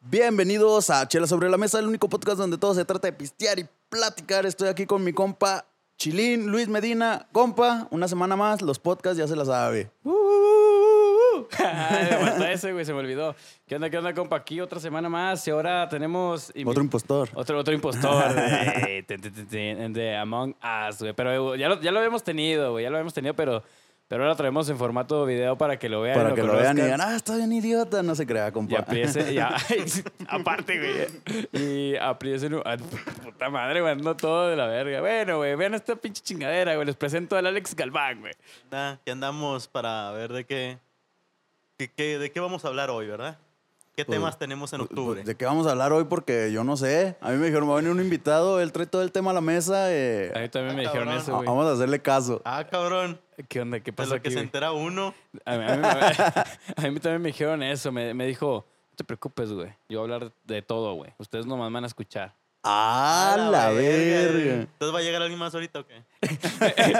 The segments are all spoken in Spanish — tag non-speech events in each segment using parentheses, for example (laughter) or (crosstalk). Bienvenidos a Chela sobre la mesa, el único podcast donde todo se trata de pistear y platicar. Estoy aquí con mi compa Chilín, Luis Medina, compa, una semana más, los podcasts ya se la sabe. (laughs) Ay, me faltó ese, güey, se me olvidó. ¿Qué onda, qué onda, compa? Aquí otra semana más y ahora tenemos... invi- Otro impostor. Otro, otro impostor de, de- de- de- de Among Us, güey. Pero güey, ya lo, ya lo habíamos tenido, güey, ya lo habíamos tenido, pero, pero ahora lo traemos en formato video para que lo vean. y Para que lo vean y conozcan. digan, ah, está bien idiota, no se crea, Y compa. apriesen, (laughs) y a- (laughs) aparte, güey. Y apriesen. un- ah, Puta madre, güey, ando todo de la verga. Bueno, güey, vean esta pinche chingadera, güey. Les presento al Alex Galván, güey. Nah, que andamos para ver de qué, qué- qué- de qué vamos a hablar hoy, ¿verdad? ¿Qué Pues, temas tenemos (laughs) en octubre? pues, ¿De qué vamos a hablar hoy? Porque yo no sé. A mí me dijeron, va a venir un invitado, él trae todo el tema a la mesa. eh, A mí también me Ah, dijeron cabrón. eso, a- güey. vamos a hacerle caso. Ah, cabrón. ¿Qué onda? ¿Qué De pasó lo que aquí, se güey? entera uno. A mí, a mí- a mí también me (laughs) dijeron eso. Me, me dijo, no te preocupes, güey. Yo voy a hablar de todo, güey. Ustedes nomás van a escuchar. (laughs) ¡Ah, la verga! Entonces va a llegar alguien más ahorita o qué?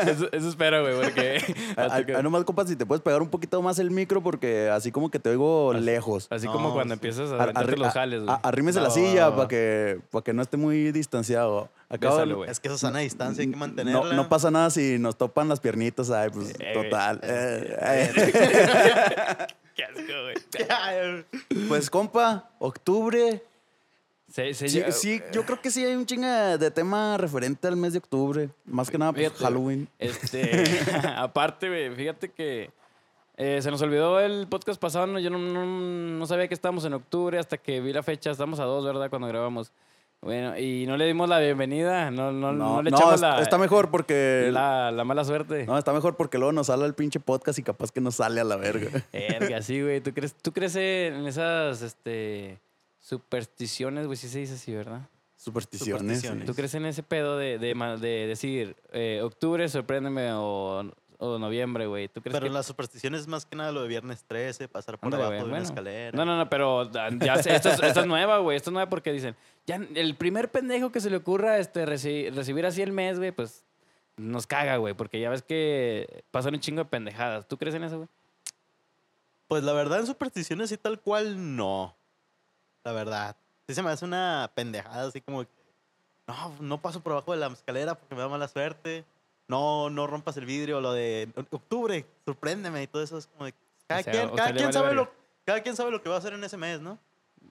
eso, eso espero, (laughs) güey, porque... (laughs) Ah, ah, nomás, compa, si te puedes pegar un poquito más el micro porque así como que te oigo lejos. Así como No, cuando sí. empiezas a Ar- aventarte arri- los a- jales, güey. a- Arrímese la Va, silla va, va. para que, pa' que no esté muy distanciado. Acabo Bésalo, güey. Es que esa sana distancia hay que mantenerla. no, no pasa nada si nos topan las piernitas. Ay, pues, Eh, güey. total. Eh, Qué asco, güey. (laughs) (laughs) Ay, eh. Pues, compa, octubre. Sí, sí, eh. Sí, yo- sí, yo creo que sí hay un chinga de tema referente al mes de octubre. Más que nada, pues, Fíjate, Halloween. (laughs) Este, (laughs) aparte, güey, fíjate que eh, se nos olvidó el podcast pasado. no- Yo no, no- no sabía que estábamos en octubre hasta que vi la fecha. Estamos a dos, ¿verdad? Cuando grabamos. Bueno, y no le dimos la bienvenida. No, no, no le echamos es- la, está mejor porque. la, la mala suerte. No, está mejor porque luego nos sale el pinche podcast y capaz que nos sale a la verga. Verga, sí, güey. ¿Tú crees, tú crees en esas este, supersticiones, güey? Sí se dice así, ¿verdad? (laughs) Supersticiones. sí. Supersticiones. ¿Tú crees en ese pedo de, de, ma- de decir eh, octubre, sorpréndeme o, o noviembre, güey? ¿Tú crees Pero que las supersticiones es más que nada lo de viernes 13, pasar por Ándale, abajo de güey, una bueno. escalera. No, no, no, pero ah, ya sé, esta, es, esta es nueva, güey. Esta es nueva porque dicen, ya el primer pendejo que se le ocurra este, reci- recibir así el mes, güey, pues nos caga, güey, porque ya ves que pasan un chingo de pendejadas. ¿Tú crees en eso, güey? Pues la verdad, en supersticiones y tal cual, no. La verdad. Sí se me hace una pendejada, así como... que, No, no paso por abajo de la escalera porque me da mala suerte. No, no rompas el vidrio. Lo de octubre, sorpréndeme y todo eso. Es como de... Cada, O sea, quien, ¿a cada usted le quien vale sabe verga? lo, cada quien sabe lo que va a hacer en ese mes, ¿no?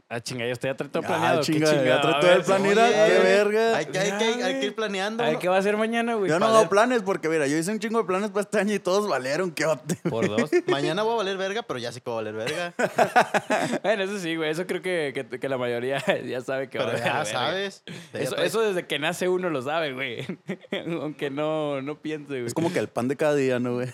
Ah, chinga, ya está, ya trae todo Ah, planeado. qué chinga, ya chingada, trae a todo ver, el planero, oye, qué a ver, verga. Hay que, hay que, hay que ir planeando. a ver ¿no? qué va a hacer mañana, güey. Yo no Valer- hago planes porque, mira, yo hice un chingo de planes para este año y todos valieron. ¿Qué ote? (laughs) Por dos. Mañana voy a valer verga, pero ya sé que voy a valer verga. Bueno, eso sí, güey. Eso creo que, que, que la mayoría (laughs) ya sabe (laughs) que va a pero valer ya verga. sabes. ya Eso, traes- eso desde que nace uno lo sabe, güey. (laughs) Aunque no, no piense, güey. Es como que el pan de cada día, ¿no, (laughs) güey?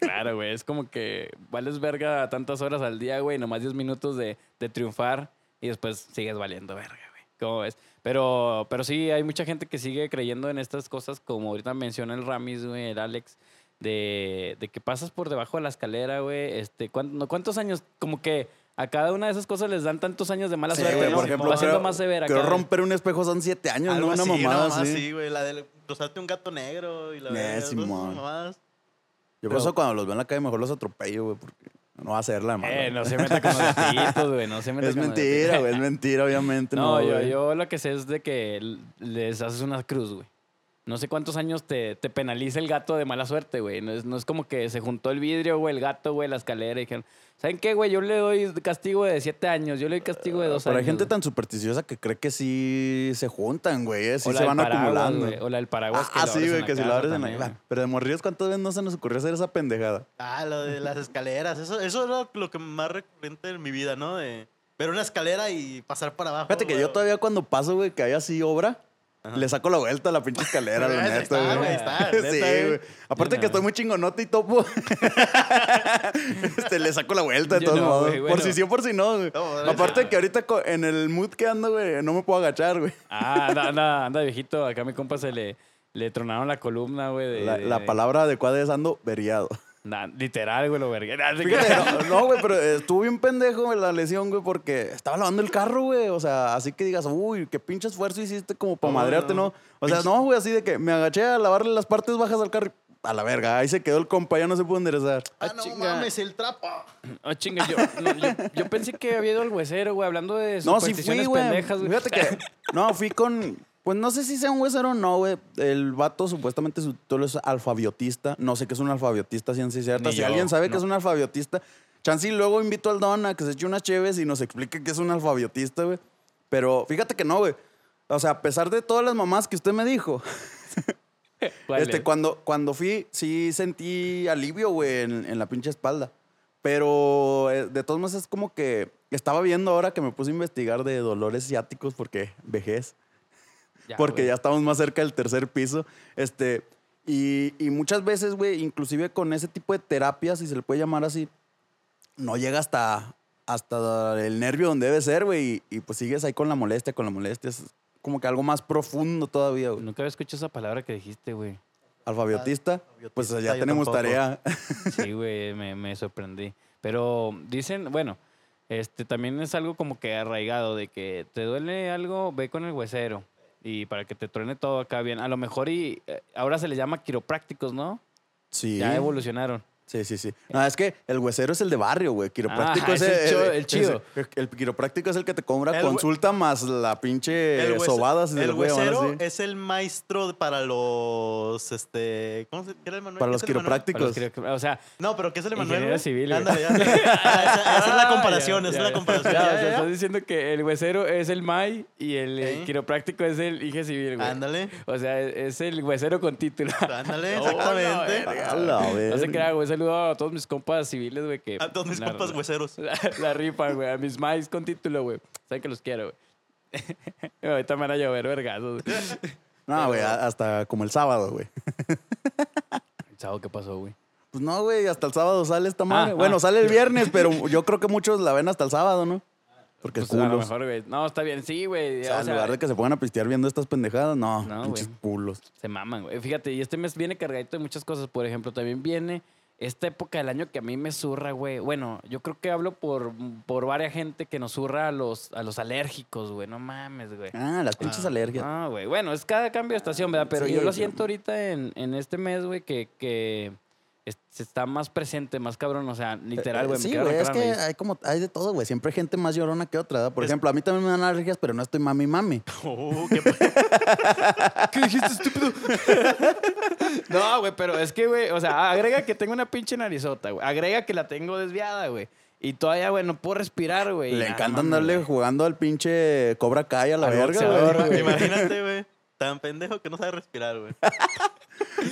Claro, güey. Es como que vales verga tantas horas al día, güey. Nomás 10 minutos de, de triunfar y después sigues valiendo verga, güey. ¿Cómo ves? Pero, pero sí, hay mucha gente que sigue creyendo en estas cosas, como ahorita menciona el Ramis, güey, el Alex, de, de que pasas por debajo de la escalera, güey. Este, ¿cuán- no, ¿Cuántos años? Como que a cada una de esas cosas les dan tantos años de mala Sí, suerte, güey, ¿no? por ejemplo, Va siendo creo- más severa. creo cada vez. romper un espejo son siete años, Algo ¿no? Una así, mamada mamá, así. sí, güey. La de cruzarte un gato negro y la Nah, verga, esas Simón. mamadas. Yo por Pero- eso cuando los veo en la calle mejor los atropello, güey, porque no va a ser la mala. Eh, no se meta con los gatitos, güey. No se meta es con los mentira, gatitos. güey, es mentira, obviamente. No, No, yo, güey. yo lo que sé es de que l- les haces una cruz, güey. No sé cuántos años te, te penaliza el gato de mala suerte, güey. No es, no es como que se juntó el vidrio, güey, el gato, güey, la escalera. Y dijeron, ¿saben qué, güey? Yo le doy castigo de siete años, yo le doy castigo de dos Ah, Pero años. hay gente güey. tan supersticiosa que cree que sí se juntan, güey, eh, sí O la se del van paraguas, acumulando. güey, O la del paraguas. ah, lo sí, abres en güey, la que si lo casa abres en también, la... Ah, Pero de morrillos, ¿cuántas veces no se nos ocurrió hacer esa pendejada? Ah, lo de las escaleras. Eso, eso era lo que más recurrente en mi vida, ¿no? De ver una escalera y pasar para abajo. Fíjate que güey. yo todavía cuando paso, güey, que hay así obra, le saco la vuelta a la pinche escalera, (laughs) la Ahí está, neta, güey, güey. ahí está, (laughs) Sí, Ah, neta, eh. güey. güey. Aparte Yo que no. estoy muy chingonote y topo. (laughs) este, le saco la vuelta de Yo todos no, modos. güey, Por bueno. si sí o por si no, güey. No, güey. Aparte que ahorita co- en el mood que ando, güey, no me puedo agachar, güey. Ah, anda, anda, anda, viejito. Acá a mi compa se le, le tronaron la columna, güey. de- La, de- la de- palabra adecuada es ando (laughs) veriado. Nah, literal, güey, lo vergué. Fíjate, no- no, güey, pero estuvo bien pendejo güey, la lesión, güey, porque estaba lavando el carro, güey. O sea, así que digas, uy, qué pinche esfuerzo hiciste como para No, madrearte, no. ¿no? O sea, no, güey, así de que me agaché a lavarle las partes bajas al carro y a la verga, ahí se quedó el compa, ya no se pudo enderezar. Ah, Ah, no chinga. mames, el trapo. Ah, chinga, yo, no, yo, yo pensé que había ido al huesero, güey, hablando de No, sí fui, supersticiones güey. pendejas, güey. Fíjate (laughs) que. No, fui con. Pues no sé si sea un huesero o no, güey. El vato supuestamente su título es alfabiotista. No sé qué es un alfabiotista, ciencia cierta. Ni Si yo, alguien sabe no. que es un alfabiotista, chance y luego invito al Don a que se eche unas cheves y nos explique qué es un alfabiotista, güey. Pero fíjate que no, güey. O sea, a pesar de todas las mamás que usted me dijo, ¿Cuál este, es? cuando, cuando fui, sí sentí alivio, güey, en, en la pinche espalda. Pero eh, de todos modos es como que estaba viendo ahora que me puse a investigar de dolores ciáticos porque vejez, Ya, porque güey. ya estamos más cerca del tercer piso. Este, y, y muchas veces, güey, inclusive con ese tipo de terapias, si se le puede llamar así, no llega hasta, hasta el nervio donde debe ser, güey, y, y pues sigues ahí con la molestia, con la molestia. Es como que algo más profundo todavía, güey. Nunca había escuchado esa palabra que dijiste, güey. Alfabiotista, Alfabiotista, pues ya yo tenemos tampoco. tarea. Sí, güey, me, me sorprendí. Pero dicen, bueno, este también es algo como que arraigado, de que te duele algo, ve con el huesero. Y para que te truene todo acá bien. A lo mejor y eh, ahora se les llama quiroprácticos, ¿no? Sí. Ya evolucionaron. Sí, sí, sí. No, es que el huesero es el de barrio, güey. Quiropráctico Ajá, es, Ah, es el el, cho- el chido. es- el quiropráctico es el que te compra El hue- consulta más la pinche hues- sobada. si se el le puede llamar huesero así. es el maestro de- para los. este ¿Cómo se llama el manual? Para ¿Qué los es el manual? Para los quiroprácticos. quiro- o sea, No, pero ¿qué es el manual? Ingeniero güey? civil, güey. Ándale, ya. (laughs) Ah, esa, esa es la comparación, Ah, ya, esa es la ya. comparación. Ya, Ya, o sea, ya, ya. estás diciendo que el huesero es el MAI y el, eh, Sí. quiropráctico es el IG civil, güey. Ándale, O sea, es el huesero con título. (laughs) ándale, No, exactamente. no, eh. A la No se verga. crean, güey. Saludo a todos mis compas civiles, güey. Que A todos mis la- (laughs) compas hueseros. La, la rifan, güey. A mis mais con título, güey. Saben que los quiero, güey. (laughs) Ahorita me van a llover, (laughs) vergazos. güey. No, güey, a- hasta como el sábado, güey. Chavo, ¿qué pasó, güey? Pues no, güey, hasta el sábado sale esta madre. ah. bueno, sale el viernes, pero yo creo que muchos la ven hasta el sábado, ¿no? Porque Pues a lo culos. mejor, güey. No, está bien. Sí, güey. O sea, o en sea, lugar de que se pongan a pistear viendo estas pendejadas, no, No, pinches güey. culos. Se maman, güey. Fíjate, y este mes viene cargadito de muchas cosas. Por ejemplo, también viene esta época del año que a mí me zurra, güey. Bueno, yo creo que hablo por, por varias gente que nos zurra a los, a los alérgicos, güey. No mames, güey. Ah, las pinches Ah. alergias. Ah, güey. Bueno, es cada cambio de estación, ¿verdad? Pero Sí, yo lo güey. siento ahorita en, en este mes, güey, que, que es- se está más presente, más cabrón. O sea, literal, Eh, güey. me Sí, queda la güey, es cara en que la nariz. hay como, hay de todo, güey. Siempre hay gente más llorona que otra. ¿verdad? Por Es- ejemplo, a mí también me dan alergias, pero no estoy mami mami. Uh, Oh, (laughs) qué pa- ¿Qué dijiste, estúpido? (laughs) no, güey, pero es que, güey, o sea, agrega que tengo una pinche narizota, güey. Agrega que la tengo desviada, güey. Y todavía, güey, no puedo respirar, güey. Le Ah, encanta mames, andarle güey. jugando al pinche Cobra Kai a la Al verga, boxeador, güey. güey. Imagínate, güey. Tan pendejo que no sabe respirar, güey. (laughs)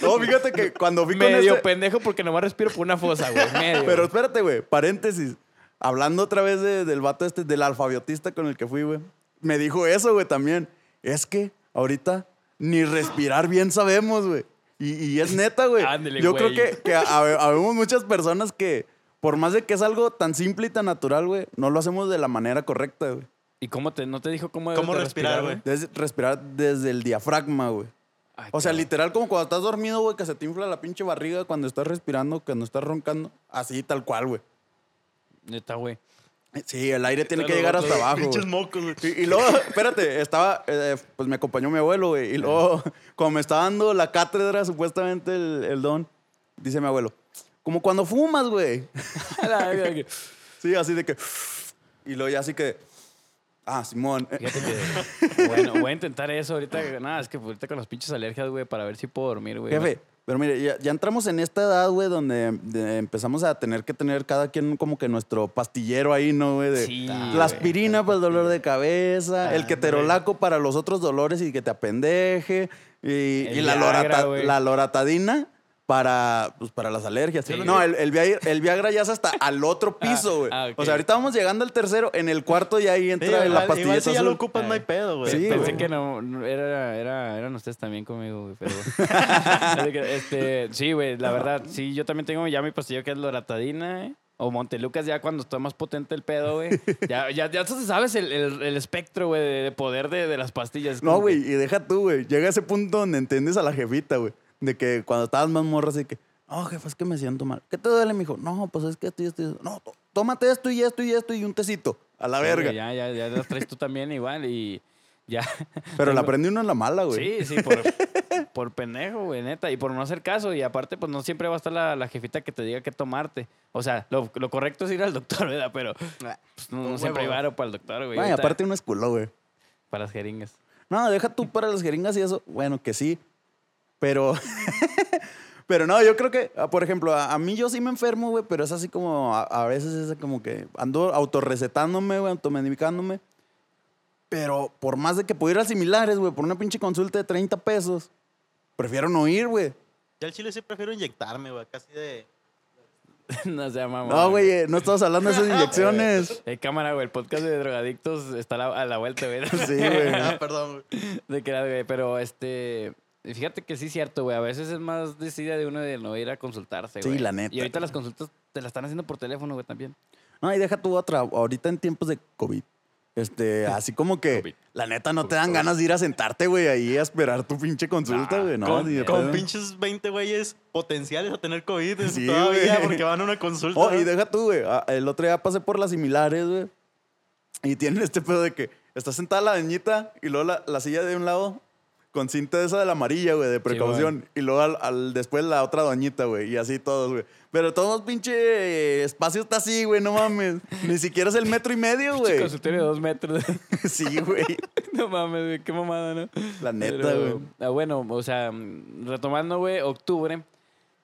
No, fíjate que cuando fui con Medio este- pendejo porque nomás respiro por una fosa, (laughs) güey. Medio. Pero espérate, güey, paréntesis. Hablando otra vez de- del vato este, del alfabiotista con el que fui, güey. Me dijo eso, güey, también. Es que ahorita ni respirar bien sabemos, güey. Y, y es neta, güey. (laughs) Ándele, Yo güey. creo que, que hab- habemos muchas personas que, por más de que es algo tan simple y tan natural, güey, no lo hacemos de la manera correcta, güey. ¿Y cómo te, no te dijo cómo, debes ¿Cómo de respirar, güey? Es respirar desde el diafragma, güey. Ay, O sea, Ah, cabrón. literal, como cuando estás dormido, güey, que se te infla la pinche barriga cuando estás respirando, cuando estás roncando. Así, tal cual, güey. Neta, (laughs) güey. Sí, el aire tiene que Todo llegar roto, hasta abajo. Pinches güey. mocos, güey. Y, y luego, (laughs) espérate, estaba, eh, pues me acompañó mi abuelo, güey. Y luego, (laughs) como me estaba dando la cátedra, supuestamente el, el don, dice mi abuelo, como cuando fumas, güey. (laughs) A la verga, que- Sí, así de que. (laughs) Y luego ya así que. Ah, Simón. eh, Fíjate que. Bueno, voy a intentar eso ahorita. Nada, es que ahorita con las pinches alergias, güey, para ver si puedo dormir, güey. Jefe, pero mire, ya, ya entramos en esta edad, güey, donde de- empezamos a tener que tener cada quien como que nuestro pastillero ahí, ¿no, güey? De- Sí, La güey. aspirina para el dolor de cabeza, el Ándale. keterolaco para los otros dolores y que te apendeje, y, El y la, Viagra, lorata- güey. la loratadina para, pues, para las alergias. Sí. No, el, el Viagra, el Viagra ya es hasta al otro piso, güey. (laughs) ah, ok. O sea, ahorita vamos llegando al tercero, en el cuarto y ahí Sí, entra igual- la igual pastilleta si ya lo azul. ocupas, no hay pedo, güey. Pe- Sí, Pensé güey. que no, no, era, era, eran ustedes también conmigo, güey, pero... (laughs) (laughs) Así que, este, sí, güey, la verdad, sí, yo también tengo ya mi pastillo que es loratadina, ¿eh? O Montelucas ya cuando está más potente el pedo, güey. Ya, ya, ya tú sabes el, el- el espectro, güey, de, de poder de, de las pastillas. Es No, como güey, que- y deja tú, güey. Llega ese punto donde entiendes a la jefita, güey. De que cuando estabas más morra, así que, oh, jefa, es que me siento mal. ¿Qué te duele, mijo? No, pues es que esto y esto y esto. No, tó- tómate esto y esto y esto y un tecito. A la Sí, verga. güey, Ya, ya, ya las traes tú también igual y... Ya. Pero la aprende uno en la mala, güey. Sí, sí, por, (laughs) por pendejo, güey, neta. Y por no hacer caso. Y aparte, pues no siempre va a estar la, la jefita que te diga qué tomarte. O sea, lo, lo correcto es ir al doctor, (laughs) ¿verdad? Pero Ah, pues, no, no Un siempre hay huevo. varo para el doctor, güey. Ay, Ahorita, aparte uno es culo, güey. Para las jeringas. (laughs) No, deja tú para las jeringas y eso. Bueno, que sí. Pero. (laughs) pero no, yo creo que, ah, por ejemplo, a, a mí yo sí me enfermo, güey, pero es así como. A, a veces es como que ando autorrecetándome, güey, automedicándome. Pero por más de que pudiera ir a similares, güey, por una pinche consulta de 30 pesos, prefiero no ir, güey. Yo al chile sí prefiero inyectarme, güey. Casi de. no se mamón. No, güey, eh, no estamos hablando de esas (laughs) inyecciones. Eh, cámara, güey, el podcast de drogadictos está a la, a la vuelta, güey. (laughs) Sí, güey. Ah, perdón, güey. (laughs) De que era, güey, pero este. Fíjate que sí es cierto, güey. A veces es más decida de uno de no ir a consultarse, Sí, güey. la neta. Y ahorita las consultas te las están haciendo por teléfono, güey, también. No, y deja tú otra. Ahorita en tiempos de COVID. (laughs) Este, así como que COVID. la neta no te dan ganas de ir a sentarte, güey, ahí a esperar tu pinche consulta, Nah, güey. No, con- ni de Con pedo. pinches 20 güeyes potenciales a tener COVID es Sí, todavía güey. porque van a una consulta. Oh, y ¿no? deja tú, güey. a- El otro día pasé por las similares, güey. Y tienen este pedo de que está sentada la doñita y luego la, la silla de un lado con cinta de esa de la amarilla, güey, de precaución. y luego al, al- después la otra doñita, güey. Y así todos, güey. Pero todos los pinche espacio está así, güey, no mames. Ni siquiera es el metro y medio, (laughs) Pinche güey. Consultorio de dos metros. (laughs) (laughs) Sí, güey. no mames, güey, qué mamada, ¿no? La neta, Pero, güey. ah, bueno, o sea, mm, retomando, güey, octubre,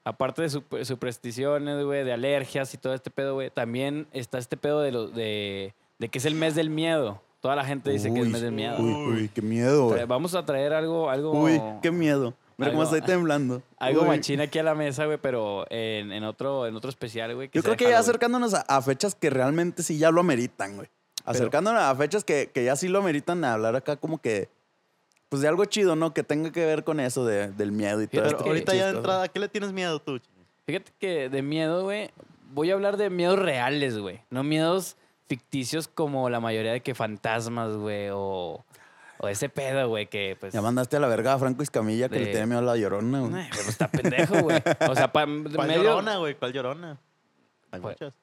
aparte de super- supersticiones, güey, de alergias y todo este pedo, güey, también está este pedo de, lo- de, de que es el mes del miedo. Toda la gente dice que es el mes del miedo. Uy, uy, qué miedo, Tra- güey. Vamos a traer algo, algo, Uy, qué miedo. Mira cómo Algo- estoy temblando. algo Uy. machín aquí a la mesa, güey, pero en, en otro, en otro especial, güey. Yo sea creo que de ya Halloween. acercándonos a, a fechas que realmente sí ya lo ameritan, güey. Acercándonos a fechas que, que ya sí lo ameritan a hablar acá como que... Pues de algo chido, ¿no? Que tenga que ver con eso de- del miedo y todo Pero este Pero ahorita pinches ya de cosas. entrada, ¿a qué le tienes miedo tú? Chino? Fíjate que de miedo, güey, voy a hablar de miedos reales, güey. No miedos ficticios como la mayoría de que fantasmas, güey, o, o ese pedo, güey, que pues... Ya mandaste a la verga a Franco Escamilla que De- le tiene miedo a la llorona, güey. Ay, pero pues, está pendejo, güey. O sea, pa, ¿Cuál medio- llorona, güey? ¿Cuál llorona? Hay Pues- muchas.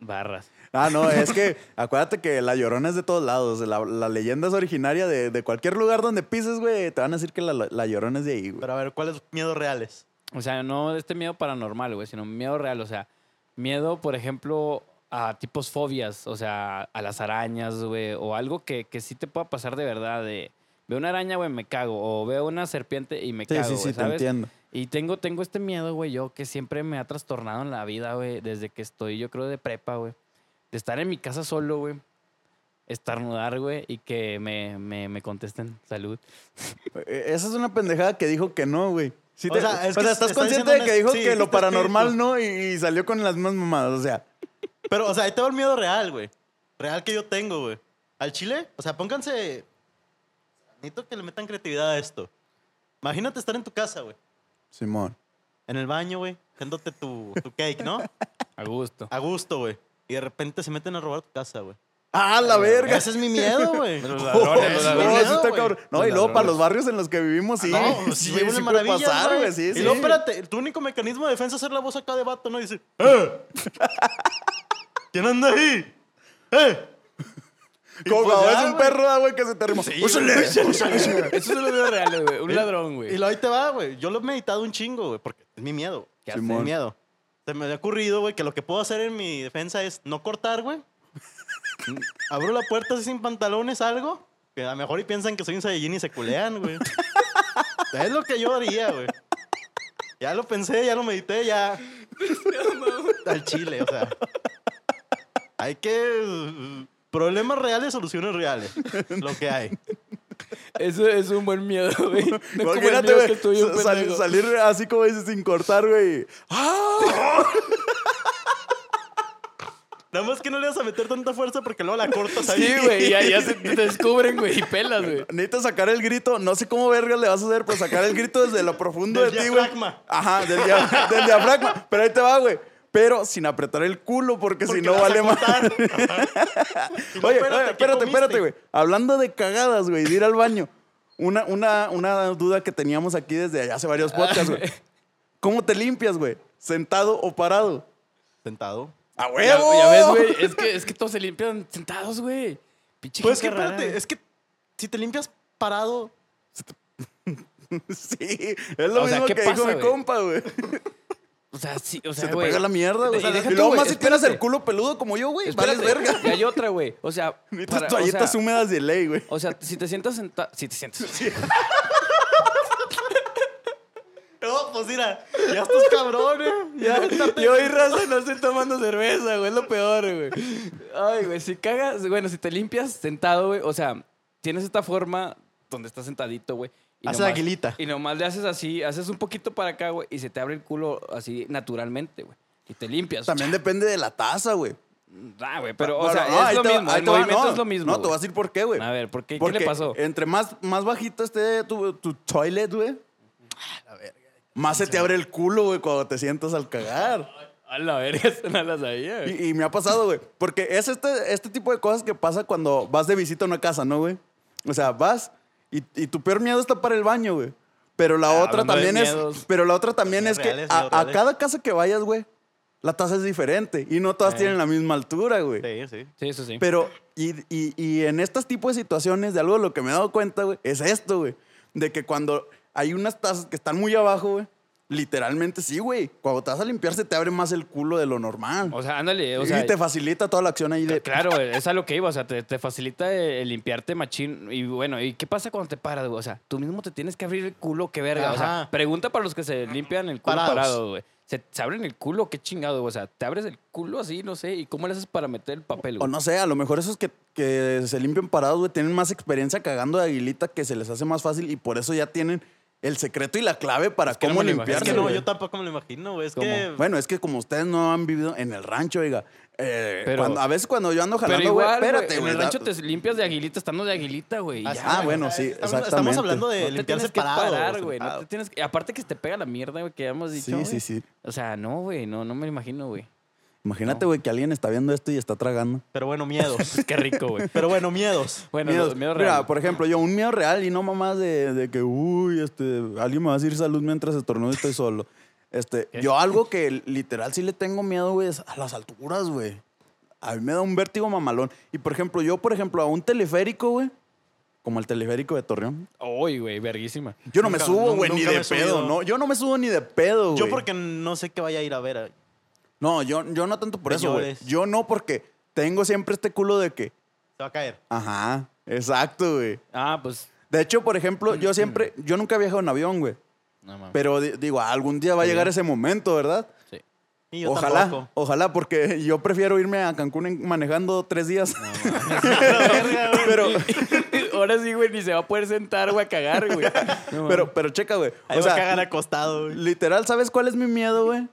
Barras. Ah, no, es que acuérdate que la llorona es de todos lados. La, la leyenda es originaria de, de cualquier lugar donde pises, güey. Te van a decir que la, la llorona es de ahí, güey. Pero a ver, ¿cuáles miedos reales? O sea, no este miedo paranormal, güey, sino miedo real. O sea, miedo, por ejemplo, a tipos fobias, o sea, a las arañas, güey, o algo que, que sí te pueda pasar de verdad. De, veo una araña, güey, me cago. O veo una serpiente y me Sí, cago. sí, güey, sí, te ¿sabes? entiendo. Y tengo, tengo este miedo, güey, yo, que siempre me ha trastornado en la vida, güey, desde que estoy, yo creo, de prepa, güey. De estar en mi casa solo, güey. Estarnudar, güey, y que me, me, me contesten salud. Eh, Esa es una pendejada que dijo que no, güey. Sí O te- o sea, sea, es que estás está consciente diciendo de una- que dijo sí, que sí lo está paranormal escrito. no y, y salió con las mismas mamadas. O sea, Pero, o sea, ahí te va el miedo real, güey. Real que yo tengo, güey. Al chile, o sea, pónganse. Necesito que le metan creatividad a esto. Imagínate estar en tu casa, güey. Simón. En el baño, güey. Dándote tu, tu cake, ¿no? A gusto. A gusto, güey. Y de repente se meten a robar tu casa, güey. ¡Ah, la verga! Ese es mi miedo, güey. Los Oh, ladrones, (laughs) los no, ladrones. eso está güey. Ah, cabrón. No, Los y luego para ladrones. los barrios en los que vivimos, sí. No, sí, (laughs) güey, sí una puede maravilla, pasar, güey. Sí, y sí. luego, espérate, tu único mecanismo de defensa es hacer la voz acá de vato, ¿no? Y dice, ¡eh! (laughs) ¿Quién anda ahí? ¡Eh! Y Como pues cuando ya, ves un güey. perro, ah, güey, que se te arrimó. Sí, ¡Úsale! güey. Eso es lo miedo real, güey. Un ladrón, Y güey. lo ahí te va, güey. Yo lo he meditado un chingo, güey, porque es mi miedo. ¿Qué Es haces? mi Simón. miedo. Se me había ocurrido, güey, que lo que puedo hacer en mi defensa es no (laughs) cortar, güey. Abro la puerta así sin pantalones, algo. Que a lo mejor y piensan que soy un Saiyajin y se (laughs) culean, güey. es lo que yo haría, güey. Ya lo pensé, ya lo medité, ya. Al chile, o sea. Hay que. Problemas reales, soluciones reales. Lo que hay. Eso es un buen miedo, (laughs) güey. No es como el Imagínate, miedo que güey, estoy un sa- sal- pendejo. salir así como dices, sin cortar, güey. ¡Ah! Nada más que no le vas a meter tanta fuerza porque luego la cortas ahí. Sí, güey. Ya, ya se te descubren, güey, y pelas, güey. Necesitas sacar el grito. No sé cómo verga le vas a hacer, pero sacar el grito desde lo profundo Del de ti, güey. diafragma. Ajá, del, dia- (laughs) del diafragma. Pero ahí te va, güey. Pero sin apretar el culo, porque, Porque si no vas a vale más. (laughs) cortar. Y luego, Oye, oye, espérate, ¿qué espérate, comiste? espérate, güey. Hablando de cagadas, güey, de ir al baño. Una, una, una duda que teníamos aquí desde allá hace varios podcasts, (laughs) güey. ¿Cómo te limpias, güey? ¿Sentado o parado? Sentado. ¡A Ya, (laughs) huevo! ya ves, güey. Es que, es que todos se limpian sentados, güey. Pinche Pues es que gente rara. espérate, es que si te limpias parado, (laughs) Sí, es lo O sea, mismo ¿qué que pasa, dijo mi güey? compa, güey. O sea, sí, o sea, Se te güey. pega la mierda, güey. Y deja Y tú, luego güey, más si tienes el espérate. culo peludo como yo, güey. Vales Espérate, verga. (laughs) Y hay otra, güey. O sea, Necesitas para- o toallitas sea, húmedas de ley, güey. O sea, si te sientas sentado. Si te sientas. no, pues mira, ya estos cabrones. Ya, (laughs) Yo y raza no estoy tomando cerveza, güey. Es lo peor, güey. Ay, güey. Si cagas, bueno, si te limpias sentado, güey. O sea, tienes esta forma donde estás sentadito, güey. y Haces nomás- aguilita. Y nomás le haces así, haces un poquito para acá, güey. Y se te abre el culo así naturalmente, güey. Y te limpias. También depende de la taza, güey. (laughs) Ah, güey. Pero, o Bueno, sea, no, es ahí lo te va- mismo. ahí El te va, movimiento no, es lo mismo. No, te güey. voy a decir por qué, güey. A ver, ¿por qué? ¿Qué Porque le pasó? Entre más, más bajito esté tu, tu toilet, güey. Más se te abre el culo, güey, cuando te sientas al cagar. A la verga, (laughs) esa no la sabía, güey. Y, y me ha pasado, güey. Porque es este, este tipo de cosas que pasa cuando vas de visita a una casa, ¿no, güey? O sea, vas y, y tu peor miedo está para el baño, güey. Pero la otra Ah, hablando de también es. miedos. Pero la otra también Miedos es que reales, a, miedos a reales. cada casa que vayas, güey, la taza es diferente. Y no todas Eh. tienen la misma altura, güey. Sí, sí. Sí, eso sí. Pero, y, y- y en estos tipos de situaciones, de algo de lo que me he dado cuenta, güey, es esto, güey. De que cuando hay unas tazas que están muy abajo, güey, literalmente sí, güey. Cuando te vas a limpiar, se te abre más el culo de lo normal. O sea, ándale, o sea. y te facilita toda la acción ahí de. Claro, güey, es a lo que iba, o sea, te, te facilita el, el limpiarte machín. Y bueno, ¿y qué pasa cuando te paras, güey? O sea, tú mismo te tienes que abrir el culo, qué verga. O sea, Ajá. pregunta para los que se limpian el culo Parados. parado, güey. Se, se abren el culo, qué chingado, güey. O sea, te abres el culo así, no sé, ¿y cómo le haces para meter el papel, O güey? no sé, a lo mejor esos que, que se limpian parados, güey, tienen más experiencia cagando de aguilita que se les hace más fácil y por eso ya tienen el secreto y la clave para que no cómo me lo Es limpiarse. que no, güey. yo tampoco me lo imagino, güey. Es ¿Cómo? que. Bueno, es que como ustedes no han vivido en el rancho, oiga. eh, Pero- cuando- a veces cuando yo ando Pero jalando, güey, igual, güey, espérate, en güey, el da- rancho te limpias de aguilita, estando de aguilita, güey. y Ah, ya, Ah, güey. bueno, sí, estamos- Estamos exactamente. hablando de No te limpiarse tienes que parado. parar, güey. No sentado. te tienes que- Aparte que se te pega la mierda, güey, que hemos dicho. Sí, güey. sí, sí. O sea, no, güey, no, no me lo imagino, güey. (laughs) Imagínate, No. güey, que alguien está viendo esto y está tragando. Pero bueno, miedos. Qué rico, güey. Pero (laughs) bueno, miedos. Bueno, Miedos. los miedos reales. Mira, por ejemplo, yo un miedo real y no mamás de, de que, uy, este, alguien me va a decir salud mientras estornudo (laughs) y estoy solo. Este, yo algo que literal sí le tengo miedo, güey, es a las alturas, güey. A mí me da un vértigo mamalón. Y por ejemplo, yo, por ejemplo, a un teleférico, güey, como el teleférico de Torreón, Uy, güey, verguísima. yo no me Nunca- subo, nun- güey, ni nunca de me he pedo, subido. ¿no? Yo no me subo ni de pedo, güey. Yo porque no sé qué vaya a ir a ver. eh. ahí. No, yo, yo no tanto por eso, güey. Señores. Yo no porque tengo siempre este culo de que, Se va a caer. ajá, exacto, güey. Ah, pues. De hecho, por ejemplo, yo siempre, yo nunca he viajado en avión, güey. No mames. Pero di- digo, algún día va a llegar ese momento, ¿verdad? Sí. Y yo ojalá, tampoco. ojalá, porque (laughs) yo prefiero irme a Cancún en- manejando tres días. (laughs) (laughs) pero, (laughs) Ahora sí, güey, ni se va a poder sentar, güey, a cagar, güey. (laughs) No mames. pero, pero checa, güey. Ahí O va a cagar sea, acostado, güey. literal, ¿sabes cuál es mi miedo, güey?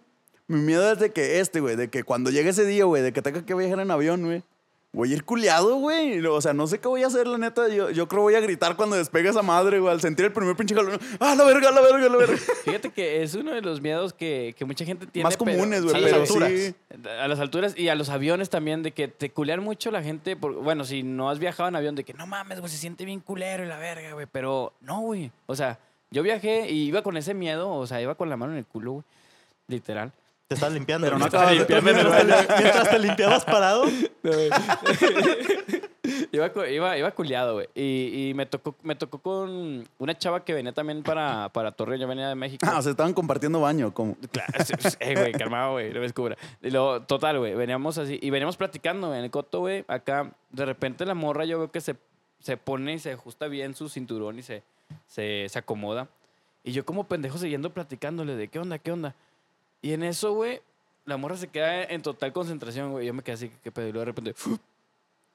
Mi miedo es de que este, güey, de que cuando llegue ese día, güey, de que tenga que viajar en avión, güey. Voy a ir culiado, güey. O sea, no sé qué voy a hacer, la neta. Yo, yo creo voy a gritar cuando despegue esa madre, güey. Al sentir el primer pinche jalón. ¡Ah, la verga, la verga, la verga! Fíjate que es uno de los miedos que, que mucha gente tiene. Más comunes, güey, pero- pero sí, sí. A las alturas y a los aviones también, de que te culean mucho la gente. por- bueno, si no has viajado en avión, de que no mames, güey, se siente bien culero y la verga, güey. Pero no, güey. O sea, yo viajé y iba con ese miedo, o sea, iba con la mano en el culo, güey. Literal. Te estás limpiando. Pero no mientras, acabas de- mientras te, mientras te limpiabas parado. (laughs) Iba, cu- iba, iba culiado, güey. Y, y me, tocó, me tocó con una chava que venía también para, para Torreón. Yo venía de México. Ah, o sea, estaban compartiendo baño, como. Claro, sí, sí, eh, güey, calmado, güey, no me descubra. Y luego, total, güey, veníamos así y veníamos platicando güey, en el coto, güey. Acá, de repente la morra yo veo que se, se pone y se ajusta bien su cinturón y se, se, se acomoda. Y yo como pendejo siguiendo platicándole de qué onda, qué onda. Y en eso, güey, la morra se queda en total concentración, güey. Yo me quedé así, qué pedo. Y luego de repente,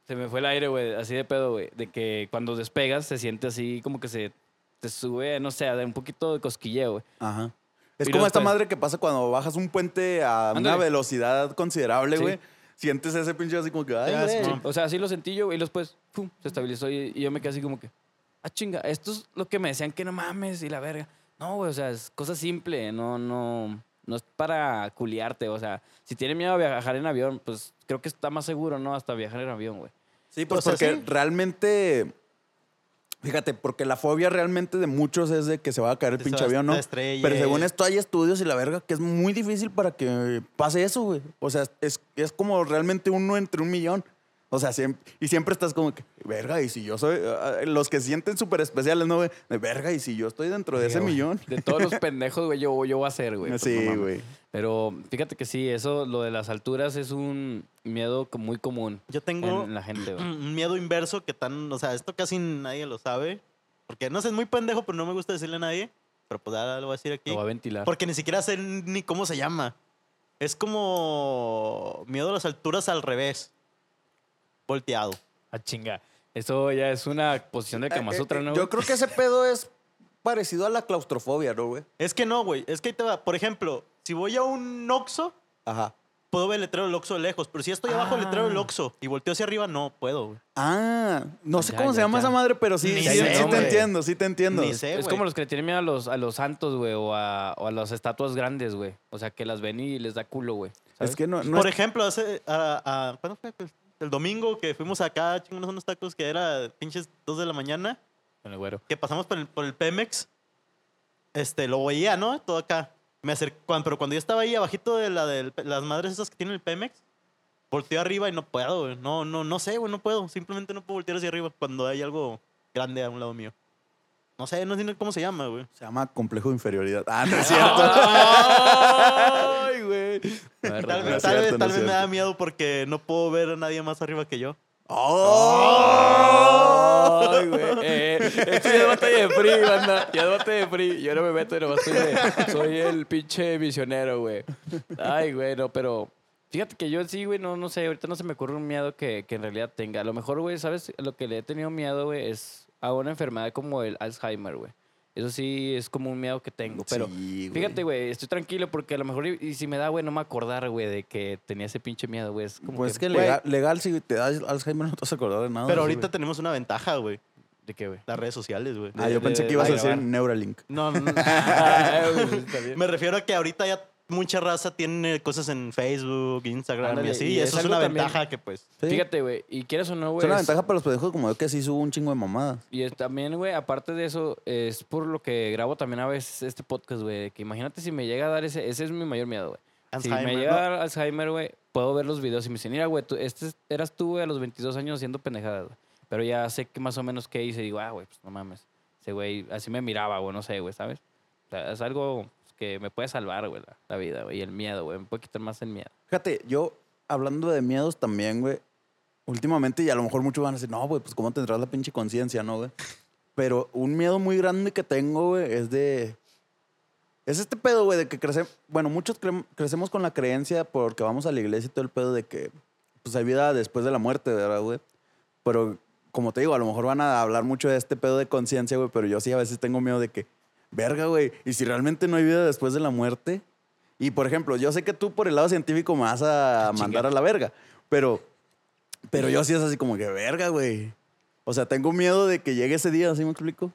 se me fue el aire, güey, así de pedo, güey. De que cuando despegas se siente así como que se te sube, no sé, da un poquito de cosquilleo, güey. Ajá. Es Y como luego, esta pues- madre que pasa cuando bajas un puente a una Ándale. velocidad considerable, Sí. güey. Sientes ese pinche así como que, ay, Ya, güey. sí. Sí, O sea, así lo sentí yo, güey, y después, pum, se estabilizó y, y yo me quedé así como que, ah, chinga, esto es lo que me decían que no mames y la verga. No, güey, o sea, es cosa simple, no, no, no es para culiarte, o sea, si tiene miedo a viajar en avión, pues creo que está más seguro, ¿no? Hasta viajar en avión, güey. Sí, pues O sea, porque sí. realmente. Fíjate, porque la fobia realmente de muchos es de que se va a caer el Que se pinche va a avión, ¿no? estrellar. Pero según esto hay estudios y la verga que es muy difícil para que pase eso, güey. O sea, es, es como realmente uno entre un millón. O sea, siempre, y siempre estás como que, verga, y si yo soy. ah, Los que sienten súper especiales, ¿no? güey? De verga, y si yo estoy dentro de Sí, ese güey. millón. De todos los pendejos, güey, yo, yo voy a ser, güey. pues, no sí, mames. (laughs) güey. Pero fíjate que sí, eso, lo de las alturas es un miedo co- muy común Yo en, tengo en la (clears throat) gente, güey. un miedo inverso que tan, o sea, esto casi nadie lo sabe. Porque no sé, es muy pendejo, pero no me gusta decirle a nadie. Pero pues ahora lo voy a decir aquí. Lo va a ventilar. Porque ni siquiera sé ni cómo se llama. Es como miedo a las alturas al revés. Volteado. A Ah, chinga. Eso ya es una posición de Kama Eh, eh, Sutra, ¿no? Yo creo que ese pedo es parecido a la claustrofobia, ¿no, güey? Es que no, güey. Es que ahí te va. Por ejemplo, si voy a un Oxxo, Ajá. puedo ver el letrero del Oxxo de lejos. Pero si estoy abajo del letrero Ah. del Oxxo y volteo hacia arriba, no puedo, güey. Ah, no sé Ya, cómo se ya, llama ya. esa madre, pero sí, Ni sí, sé, sí te hombre. entiendo, sí te entiendo. Ni sé, es güey. como los que le tienen miedo a los, a los santos, güey, o a, o a las estatuas grandes, güey. O sea, que las ven y les da culo, güey. ¿sabes? Es que no, no Por es- ejemplo, hace. a- a- ¿Cuándo fue? Pues, El domingo que fuimos acá, chingamos unos tacos que era pinches 2 de la mañana. Con el güero. que pasamos por el, por el Pemex, este, lo veía, ¿no? Todo acá. Me acerqué, pero cuando yo estaba ahí abajito de la del- las madres esas que tiene el Pemex, volteo arriba y no puedo, güey. No, no, no sé, güey, no puedo. Simplemente no puedo voltear hacia arriba cuando hay algo grande a un lado mío. No sé, no sé ni cómo se llama, güey. se llama complejo de inferioridad. Ah, no (laughs) es cierto. Ay, güey. Tal, no vez- es tal cierto, vez, no tal es vez me cierto. da miedo porque no puedo ver a nadie más arriba que yo. ¡Oh! Ay, güey. Eh, esto ya es batalla de free, banda. Ya es batalla de free. Yo no me meto, nomás soy, de- soy el pinche misionero, güey. Ay, güey, no, pero. Fíjate que yo sí, güey, no, no sé. Ahorita no se me ocurre un miedo que, que en realidad tenga. A lo mejor, güey, ¿sabes? Lo que le he tenido miedo, güey, es a una enfermedad como el Alzheimer, güey. Eso sí es como un miedo que tengo, pero. Sí, Fíjate, güey, estoy tranquilo porque a lo mejor y, y si me da, güey, no me acordar, güey, de que tenía ese pinche miedo, güey. Es como Pues es que güey, legal, legal, si te das Alzheimer no te vas a acordar de nada. Pero Ah, güey. ahorita tenemos una ventaja, güey. ¿De qué, güey? Las redes sociales, güey. Ah, yo de- pensé de- que ibas a de decir grabar. Neuralink. (laughs) No, no, no. Ah, güey, pues, está bien. Me refiero a que ahorita ya mucha raza tiene cosas en Facebook, Instagram Ándale, y así. y Y es eso es algo una también- ventaja que, pues. Sí. Fíjate, güey, y quieres o no, es güey. una es- ventaja para los pendejos como yo que sí subo un chingo de mamadas. Y es- también, güey, aparte de eso, es por lo que grabo también a veces este podcast, güey. de Que imagínate si me llega a dar ese, ese es mi mayor miedo, güey. Si me Alzheimer, llega ¿no? a dar Alzheimer, güey, puedo ver los videos y me dicen, mira, güey, tú- este es- eras tú, güey, a los 22 años haciendo pendejadas, güey. Pero ya sé que más o menos qué hice y digo, ah, güey, pues no mames. Ese güey así me miraba, güey, no sé, güey, ¿sabes? O sea, es algo que me puede salvar, güey, la, la vida, güey. Y el miedo, güey, me puede quitar más el miedo. Fíjate, yo hablando de miedos también, güey. Últimamente, y a lo mejor muchos van a decir, no, güey, pues cómo tendrás la pinche conciencia, ¿no, güey? Pero un miedo muy grande que tengo, güey, es de. Es este pedo, güey, de que crecemos. Bueno, muchos cre- crecemos con la creencia porque vamos a la iglesia y todo el pedo de que pues hay vida después de la muerte, ¿verdad, güey? Pero como te digo, a lo mejor van a hablar mucho de este pedo de conciencia, güey, pero yo sí a veces tengo miedo de que, verga, güey, y si realmente no hay vida después de la muerte. Y por ejemplo, yo sé que tú por el lado científico me vas a Chinga. mandar a la verga, pero, pero yo sí es así como que, verga, güey. O sea, tengo miedo de que llegue ese día, ¿sí me explico?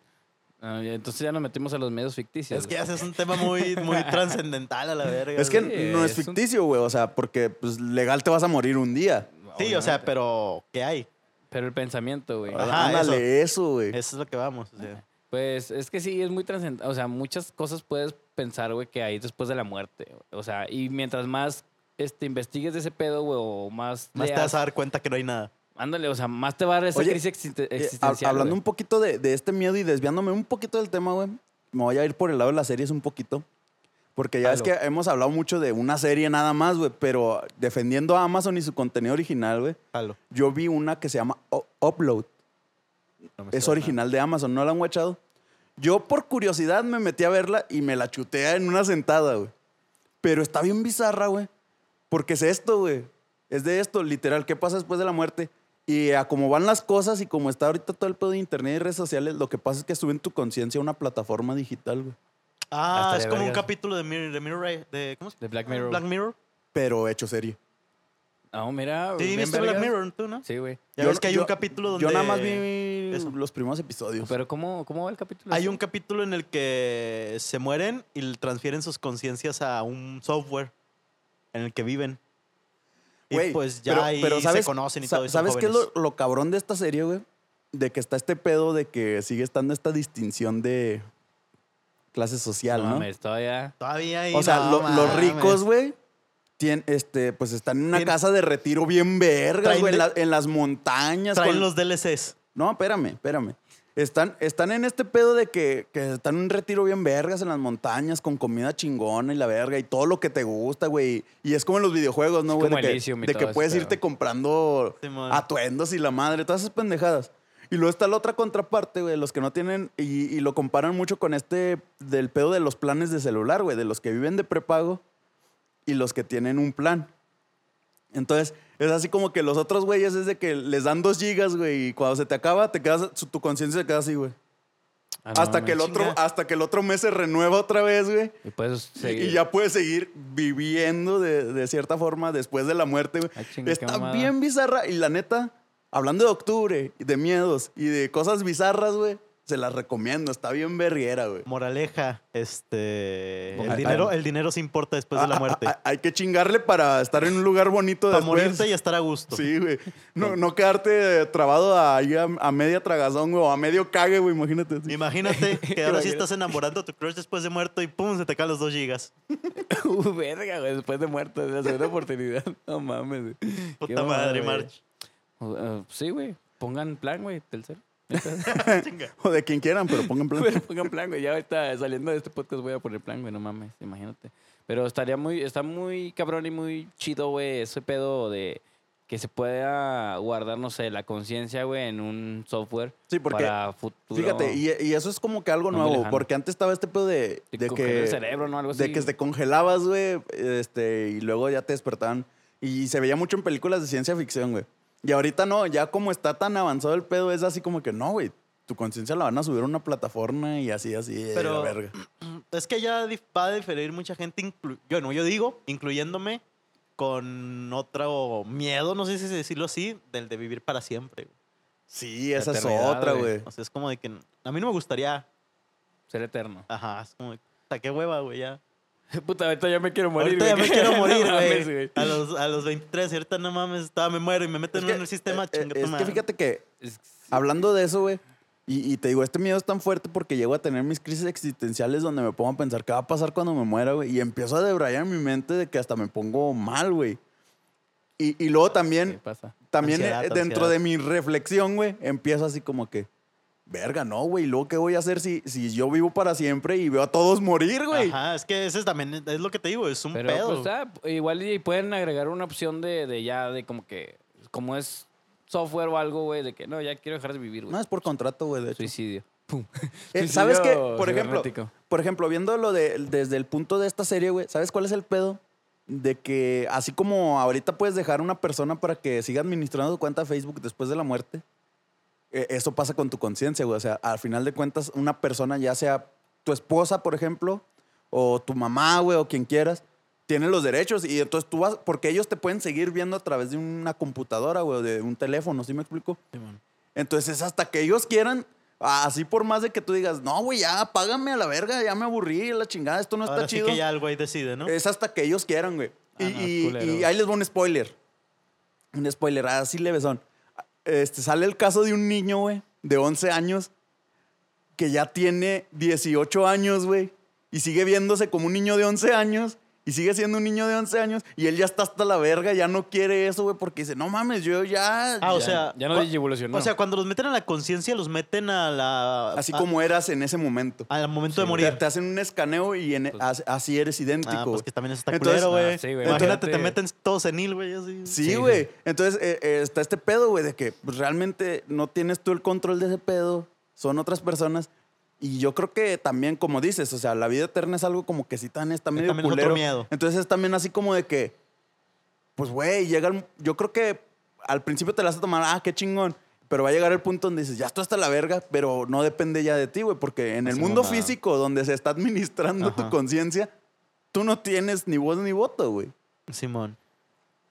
Ah, ya, entonces ya nos metimos a los medios ficticios. Es que güey. ya es un tema muy, (laughs) muy trascendental a la verga. Es que güey. no es es un- ficticio, güey, o sea, porque pues, legal te vas a morir un día. Sí, o sea, Obviamente. pero ¿qué hay? Pero el pensamiento, güey. Ah. Ajá, Ándale, eso, güey. Eso es lo que vamos. o sea. Pues es que sí, es muy trascendente. O sea, muchas cosas puedes pensar, güey, que hay después de la muerte. güey. O sea, y mientras más este, investigues de ese pedo, güey, o más. Más te leas- vas a dar cuenta que no hay nada. Ándale, o sea, más te va a dar esa Oye, crisis existen- Eh, existencial. hab- hablando güey. un poquito de, de este miedo y desviándome un poquito del tema, güey. Me voy a ir por el lado de las series un poquito. Porque ya es Halo. que hemos hablado mucho de una serie nada más, güey. Pero defendiendo a Amazon y su contenido original, güey. Jalo. Yo vi una que se llama O- Upload. No me Es suena. original de Amazon, no la han guachado. Yo por curiosidad me metí a verla y me la chutea en una sentada, güey. Pero está bien bizarra, güey. Porque es esto, güey. Es de esto, literal, ¿qué pasa después de la muerte? Y a cómo van las cosas y como está ahorita todo el pedo de internet y redes sociales, lo que pasa es que suben tu conciencia a una plataforma digital, güey. Ah, Ah, es estaría como un vergas. capítulo de Mirror, de Mirror Ray- de- ¿cómo se De Black Mirror. Black Mirror. Pero hecho serie. Ah, mira. Sí, bien viste vergas. Black Mirror tú, ¿no? Sí, güey. Ya Yo ves no- que hay yo- un capítulo donde... Yo nada más vi eso. los primeros episodios. Pero ¿cómo, ¿cómo va el capítulo? Hay un capítulo en el que se mueren y le transfieren sus conciencias a un software en el que viven. Y Güey, pues ya pero- ahí pero se conocen y sa- todo eso. ¿Sabes qué es lo, lo cabrón de esta serie, güey? De que está este pedo de que sigue estando esta distinción de clase social, No ¿no? mames, todavía. Todavía ahí. O sea, no lo- los mames. ricos, güey, tien- este, pues están en una Tien- casa de retiro bien vergas, Traen güey, en, de- la- en las montañas. Traen con- los DLCs. No, espérame, espérame. Están, están en este pedo de que, que están en un retiro bien vergas en las montañas con comida chingona y la verga y todo lo que te gusta, güey. Y es como en los videojuegos, ¿no, güey? como De que, Elysium y de todo que ese puedes pedo. irte comprando Simón. atuendos y la madre, todas esas pendejadas. Y luego está la otra contraparte, güey, los que no tienen, y, y lo comparan mucho con este del pedo de los planes de celular, güey, de los que viven de prepago y los que tienen un plan. Entonces, es así como que los otros güeyes es de que les dan dos gigas, güey, y cuando se te acaba, te quedas, su- tu conciencia se queda así, güey. Ah, no hasta, que el mames. otro, Chinga. hasta que el otro mes se renueva otra vez, güey. Y puedes y- seguir. Y ya puedes seguir viviendo de, de cierta forma después de la muerte, güey. Ah, chinga, qué Está mamada. bien bizarra. Y la neta, hablando de octubre, y de miedos y de cosas bizarras, güey, se las recomiendo. Está bien berriera, güey. Moraleja, este. Ojalá. El dinero, el dinero se importa después de la muerte. A- a- a- Ah, hay que chingarle para estar en un lugar bonito Para después. morirte y estar a gusto. Sí, güey. No, no quedarte eh, trabado ahí a, a media tragazón, güey, o a medio cague, güey, imagínate. así. (laughs) Imagínate que ahora sí estás enamorando a tu crush después de muerto y pum, se te caen los dos gigas. Uh, (laughs) verga, güey, después de muerto, es la segunda oportunidad. No mames, güey. Qué Puta mamada, madre, güey. March. Uh, uh, sí, güey. Pongan plan, güey, Telcel. (laughs) Chinga. O de quien quieran, pero pongan plan. (laughs) Pero pongan plan, güey. Ya ahorita saliendo de este podcast voy a poner plan, güey. No mames, imagínate. Pero estaría muy, está muy cabrón y muy chido, güey, ese pedo de que se pueda guardar, no sé, la conciencia, güey, en un software Sí, porque- para futuro. Fíjate, y, y eso es como que algo No muy nuevo, lejano. porque antes estaba este pedo de, Te de congelan que. el cerebro, ¿no? Algo De así. que te congelabas, güey, este, y luego ya te despertaban. Y se veía mucho en películas de ciencia ficción, güey. Y ahorita no, ya como está tan avanzado el pedo, es así como que no, güey. Tu conciencia la van a subir a una plataforma y así, así, de Pero- la verga. Es que ya dif- va a diferir mucha gente, inclu- yo no, yo digo, incluyéndome con otro miedo, no sé si decirlo así, del de vivir para siempre. güey. Sí, esa es eternidad, otra, güey. güey. O sea, es como de que n- a mí no me gustaría, Ser eterno. (laughs) ajá, es como, de, "Puta, qué hueva, güey, ya. Puta, ahorita ya me quiero morir, ahorita ya güey. me (laughs) (laughs) quiero No morir, mames, güey. a, los, a los 23, ahorita no mames, estaba, me muero y me meten en el sistema, eh, eh, chinga tu es que madre. fíjate que Es- Hablando de eso, güey. Y, y te digo, este miedo es tan fuerte porque llego a tener mis crisis existenciales donde me pongo a pensar qué va a pasar cuando me muera, güey. Y empiezo a debrayar mi mente de que hasta me pongo mal, güey. Y, y luego ¿Qué también, pasa? también eh, Ansiedad, dentro ansiedad. de mi reflexión, güey, empiezo así como que, verga, no, güey. ¿y luego qué voy a hacer si, si yo vivo para siempre y veo a todos morir, güey? Ajá, es que ese es también, es lo que te digo, es un Pero pedo. pues, ah, igual y pueden agregar una opción de, de ya, de como que, como es software o algo, güey, de que no, ya quiero dejar de vivir, güey. No, es por contrato, güey, de hecho. Suicidio. Pum. Eh, ¿Sabes qué? Suicidio Por ejemplo, cibernético. por ejemplo, viéndolo de- desde el punto de esta serie, güey, ¿sabes cuál es el pedo? De que así como ahorita puedes dejar a una persona para que siga administrando tu cuenta de Facebook después de la muerte, eh, eso pasa con tu conciencia, güey. O sea, al final de cuentas, una persona, ya sea tu esposa, por ejemplo, o tu mamá, güey, o quien quieras, tiene los derechos. Y entonces tú vas, porque ellos te pueden seguir viendo a través de una computadora, güey, o de un teléfono, ¿sí me explico? Entonces, es hasta que ellos quieran, así por más de que tú digas, no, güey, ya, págame a la verga, ya me aburrí, la chingada, esto no está Ahora sí chido. que ya el güey decide, ¿no? Es hasta que ellos quieran, güey. y, Ah, no, y- culero. y ahí les va un spoiler. Un spoiler, así levesón. Este, sale el caso de un niño, güey, de 11 años, que ya tiene 18 años, güey, y sigue viéndose como un niño de 11 años, y sigue siendo un niño de 11 años, y él ya está hasta la verga, ya no quiere eso, güey, porque dice, no mames, yo ya... Ah, o ya- sea, ya no cua- digivolucionó. O sea, cuando los meten a la conciencia, los meten a la. Así a- como eras en ese momento. Al momento de Te, morir. Pues. te hacen un escaneo y en- e as- así eres idéntico. Ah, pues güey. que también eso está Entonces- culero, güey. Ah, sí, güey, Imagínate, te imagínate. meten todo senil, güey. así. Sí, Sí, güey. Entonces eh, eh, está este pedo, güey, de que pues, realmente no tienes tú el control de ese pedo. Son otras personas. Y yo creo que también, como dices, o sea, la vida eterna es algo como que sí tan está medio también es otro culero. miedo. Entonces es también así como de que, pues, güey, llega el- Yo creo que al principio te la vas a tomar, ah, qué chingón. Pero va a llegar el punto donde dices, ya estoy hasta la verga, pero no depende ya de ti, güey, porque en el Así mundo mamada. físico donde se está administrando tu Ajá. conciencia, tú no tienes ni voz ni voto, güey. Simón.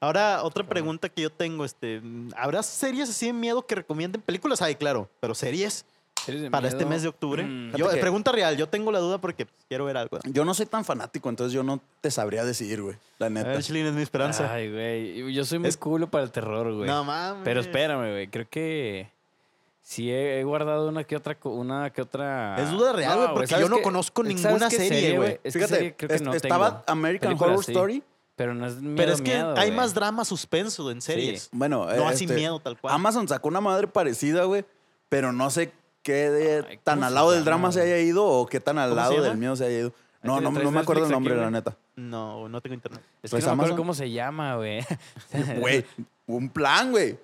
Ahora, otra pregunta que yo tengo, este. ¿Habrá series así de miedo que recomienden? Películas hay, claro, pero series ¿Series de para este miedo? mes de octubre. Mm, Yo, eh, Fíjate que- Pregunta real, yo tengo la duda porque quiero ver algo. Yo no soy tan fanático, entonces yo no te sabría decir, güey. La A neta. ver, Chilín, es mi esperanza. Ay, güey. Yo soy muy Es- culo para el terror, güey. no mames. Pero espérame, güey. Creo que sí he, he guardado una que otra. co- Una que otra... Es duda real, güey, porque ¿sabes yo no qué? conozco ¿Sabes ninguna qué serie, güey? Es que serie creo que es- no este, estaba tengo. American Películas, Horror sí. Story, Pero no es miedo, Pero es que miedo, hay güey. más drama suspenso en series. Bueno, No así este, miedo, tal cual. Amazon sacó una madre parecida, güey, pero no sé qué de- Ay, ¿cómo tan al se lado del llama, drama se güey? haya ido o qué tan al ¿Cómo lado se del llama? miedo se haya ido. Ahí No, tiene no, tres no me acuerdo el Netflix nombre, aquí, la güey. (laughs) neta. No, no tengo internet. Es que pues no me acuerdo Amazon. cómo se llama, (laughs) güey. Güey, un plan, güey.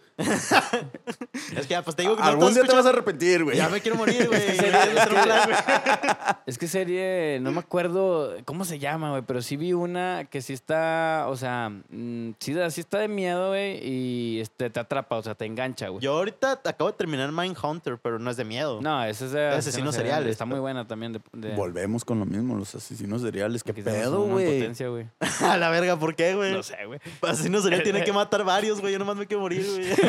Es que ya, pues te digo que no Algún todos día te vas a escuchan- arrepentir, güey. Ya me quiero (laughs) morir, güey. Es que Ya sería- me quiero morir, güey. (laughs) Es que serie, no me acuerdo cómo se llama, güey, pero sí vi una que sí está, o sea, mm, sí, da- sí está de miedo, güey, y este, te atrapa, o sea, te engancha, güey. Yo ahorita acabo de terminar Mindhunter, pero no es de miedo. pues. No, esa es de asesinos seriales, Está muy buena también. De, de- Volvemos con lo mismo, los asesinos seriales. ¿Qué aquí tenemos pedo, una en güey? potencia, (laughs) güey. (laughs) A la verga, ¿por qué, güey? No sé, Eh, güey. Así no sería, tiene que matar varios, güey. Yo nomás me quiero morir, (laughs) güey. (laughs)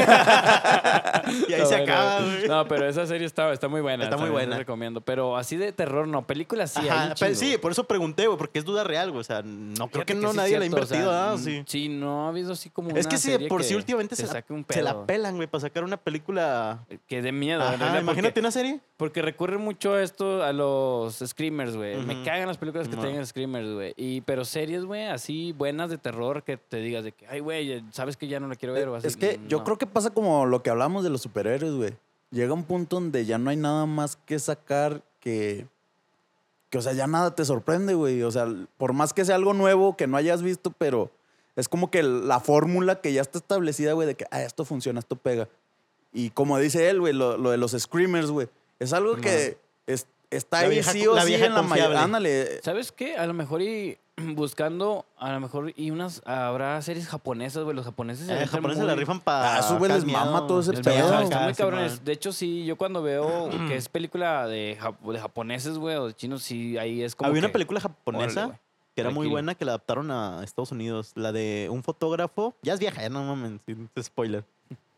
y ahí No, se bueno, acaba, güey. No, pero esa serie está, está muy buena. Está muy también buena. la recomiendo. Pero así de terror, no. Películas sí. hay Ajá, un pero chingo. sí, por eso pregunté, güey, porque es duda real, güey. O sea, no creo Fíjate que no sí es nadie le ha cierto, o sea, invertido, ¿ah? mm, Sí. Sí, no ha habido así como Es una que sí, serie por que sí últimamente te se la, saque un se la pedo. pelan, güey, para sacar una película. Que de miedo. en Ajá, realidad, imagínate porque, una serie. porque recurre mucho a esto a los screamers, güey. Me Ujú. cagan las películas que No. tengan screamers, güey. Y pero series, güey, así buenas de terror que te digas de que, ay, güey, sabes que ya no la quiero ver o así. Eh, Es que yo no. creo que pasa como lo que hablamos de los superhéroes, güey. Llega un punto donde ya no hay nada más que sacar que. Que, o sea, ya nada te sorprende, güey. O sea, por más que sea algo nuevo que no hayas visto, pero es como que la fórmula que ya está establecida, güey, de que ah, esto funciona, esto pega. Y como dice él, güey, lo, lo de los screamers, güey. Es algo que es- está La ahí vieja- sí o la sí vieja en la confiable. mayoría. Ándale. ¿Sabes qué? A lo mejor y (clears throat) buscando, a lo mejor y unas habrá series japonesas, güey, los japoneses se Eh, avientan japoneses la muy- rifan para. Ah, esos güeyes les mama todo ese Les pedo. mama, Ajá, Ah, están muy cabrones. De hecho, sí, yo cuando (clears throat) veo que es película de, jap- de japoneses, güey, o de chinos, sí, ahí es como Había una que- película japonesa Órale, güey. que era muy Tranquilo. buena que la adaptaron a Estados Unidos. La de un fotógrafo. Ya es vieja, ya no mames, sin spoiler.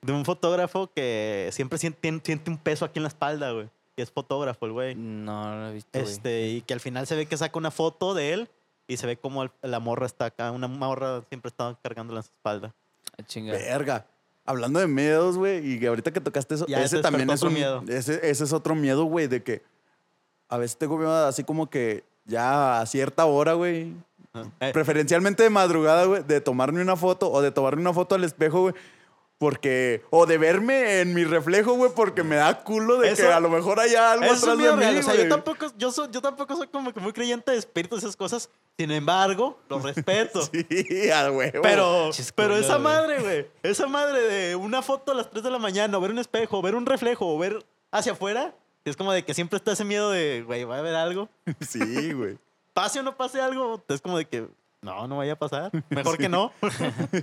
De un fotógrafo que siempre siente, tien- siente un peso aquí en la espalda, güey. Y es fotógrafo el güey. No, no la he visto, güey. Este, y que al final se ve que saca una foto de él y se ve como el- la morra está acá. Una morra siempre está cargando la espalda. Ah, chinga. Verga. Hablando de miedos, güey, y que ahorita que tocaste eso, Ya, ese te también despertó es otro un miedo. Ese, ese es otro miedo, güey, de que a veces tengo miedo así como que ya a cierta hora, (laughs) güey. Eh, Preferencialmente de madrugada, güey, de tomarme una foto o de tomarme una foto al espejo, güey. Porque, o de verme en mi reflejo, güey, porque me da culo de que Eso- a lo mejor hay algo Eso es atrás de miedo mí, real. O sea, güey. yo tampoco, yo, soy, yo tampoco soy como que muy creyente de espíritus y esas cosas. Sin embargo, lo (laughs) respeto. (laughs) Sí, a huevo. Pero, Chis pero culo, esa güey. madre, güey. Esa madre de una foto a las 3 de la mañana, o ver un espejo, o ver un reflejo, o ver hacia afuera. Es como de que siempre está ese miedo de, güey, va a haber algo. (laughs) Sí, güey. Pase o no pase algo. Es como de que, no, no vaya a pasar. Mejor (laughs) que no.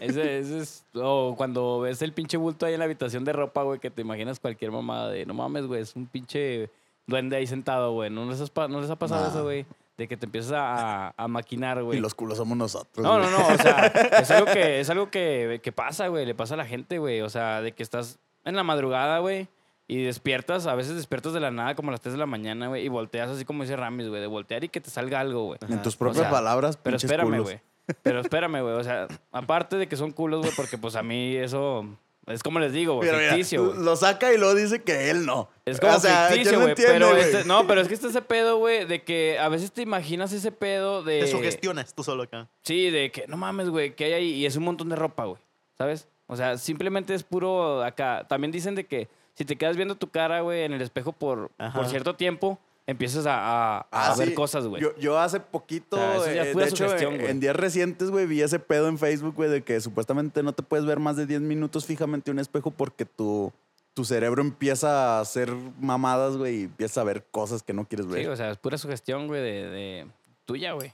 Ese, ese es. O cuando ves el pinche bulto ahí en la habitación de ropa, güey, que te imaginas cualquier mamada de no mames, güey, es un pinche duende ahí sentado, güey. ¿No les, has pa- no les ha pasado Nah. eso, güey? De que te empiezas a, a- a maquinar, güey. Y los culos somos nosotros. No, güey. no, no. O (laughs) sea, es algo que, es algo que, que pasa, güey. Le pasa a la gente, güey. O sea, de que estás en la madrugada, güey. Y despiertas, a veces despiertas de la nada como a las 3 de la mañana, güey. Y volteas así como dice Ramis, güey. De voltear y que te salga algo, güey. En tus Ah, O propias sea, palabras, Pero pinches espérame, culos. (laughs) güey. Pero espérame, güey. O sea, aparte de que son culos, güey. Porque pues a mí eso... Es como les digo, güey. Pero mira, Ficticio, güey. lo saca y luego dice que él no. Es como O sea, ¿quién ficticio, lo güey. entiende, Pero güey? este- no, pero es que está ese pedo, güey, de que a veces te imaginas ese pedo de. Te sugestionas tú solo acá. Sí, de que no mames, güey, que hay ahí y es un montón de ropa, güey. ¿Sabes? O sea, simplemente es puro acá. También dicen de que si te quedas viendo tu cara, güey, en el espejo por, Ajá. por cierto tiempo, empiezas a, a- Ah, a ver sí. cosas, güey. Yo, yo hace poquito, O sea, eso ya eh, es pura de hecho, sugestión, eh, güey. en días recientes, güey, vi ese pedo en Facebook, güey, de que supuestamente no te puedes ver más de 10 minutos fijamente un espejo porque tu, tu cerebro empieza a hacer mamadas, güey, y empieza a ver cosas que no quieres ver. Sí, o sea, es pura sugestión, güey, de, de tuya, güey.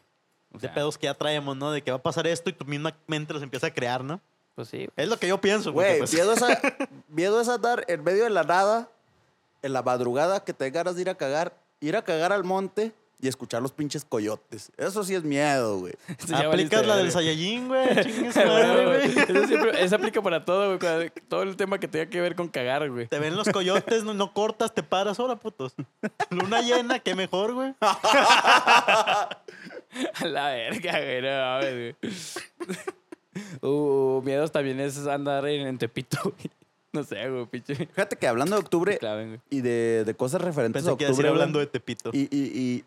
O De sea, pedos que ya traemos, ¿no? De que va a pasar esto y tu misma mente los empieza a crear, ¿no? Pues (laughs) sí. Es lo que yo pienso, porque, Güey, pues, miedo, (laughs) es a, miedo es a dar en medio de la nada, en la madrugada, que te den ganas de ir a cagar, ir a cagar al monte y escuchar los pinches coyotes. Eso sí es miedo, güey. Ya valiste, aplicas la del güey. Saiyajin, güey. (laughs) Chingue su madre, Bueno, güey. güey, Eso, siempre- eso aplica para todo, güey. cuando- Todo el tema que tenga que ver con cagar, (laughs) güey. Te ven los coyotes, no, no cortas, te paras ahora, putos. Luna llena, qué mejor, güey. A la verga, güey, no mames, güey. Uh, miedos también es andar en, en Tepito, güey. (laughs) No sé, güey, pinche. Fíjate que hablando de octubre Claven, güey. y de, de cosas referentes Pensé a que octubre. iba a decir güey, (laughs) hablando de Tepito. Y, y, y-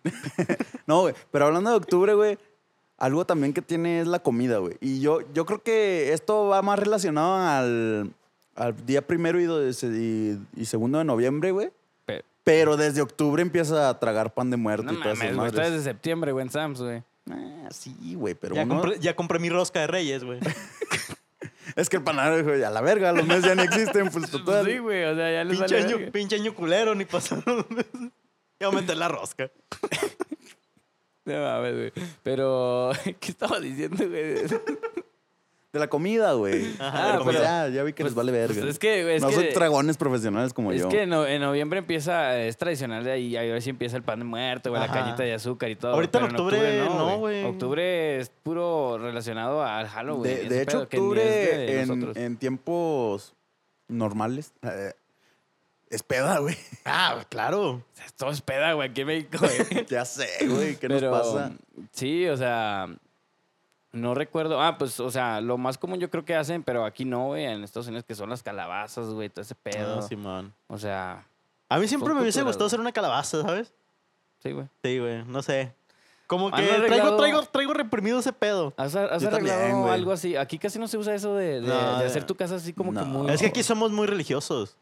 no, güey, pero hablando de octubre, güey, Algo también que tiene es la comida, güey. Y yo, yo creo que esto va más relacionado al, al día primero y, do- y, y segundo de noviembre, güey. Pe- Pero desde octubre empieza a tragar pan de muerto No y todas esas mames, güey. Está madres. desde septiembre, güey, en Sams, güey. Ah, sí, güey, pero Ya uno- compré, ya compré mi rosca de (laughs) reyes, güey. Es que el panadero dijo, ya la verga, los meses ya ni existen. (laughs) Pues, total. Sí, güey. O sea, ya les pinche, vale. año, verga. pinche año culero, ni pasaron. (laughs) ya voy a meter la rosca. No mames, güey. Pero, (laughs) ¿qué estaba diciendo, güey? De la comida, güey. Ajá, Pero pues pero- ya, ya vi que les vale verga. pues es que, güey, es no que- son dragones profesionales como es yo. que en, no- en noviembre empieza, es tradicional de ahí, ahí sí empieza el pan de muerto, güey, la Ajá. cañita de azúcar y todo. Ahorita pero en octubre no, güey. Octubre es puro relacionado al Halloween. de, ese de hecho, pedo que ni es de octubre en, nosotros. en tiempos normales eh, es peda, (laughs) güey. Ah, claro. O sea, Todo es peda, güey, aquí en México, güey. ya sé, güey, (laughs) ¿qué Pero, nos pasa? Sí, o sea, no recuerdo. Ah, pues, o sea, lo más común yo creo que hacen, pero aquí no, güey, en Estados Unidos, que son las calabazas, güey, todo ese pedo. Ah, Simón. O sea, A mí siempre Son me hubiese culturas, gustado güey. ser una calabaza, ¿sabes? sí, güey. Sí, güey, no sé. Como ¿Han que traigo, Ah, arreglado- traigo, traigo reprimido ese pedo. ¿Has, has Yo arreglado también, güey. algo así? Aquí casi no se usa eso de, de- No, de de- hacer tu casa así como no. que muy... Ah, Es que aquí somos muy religiosos.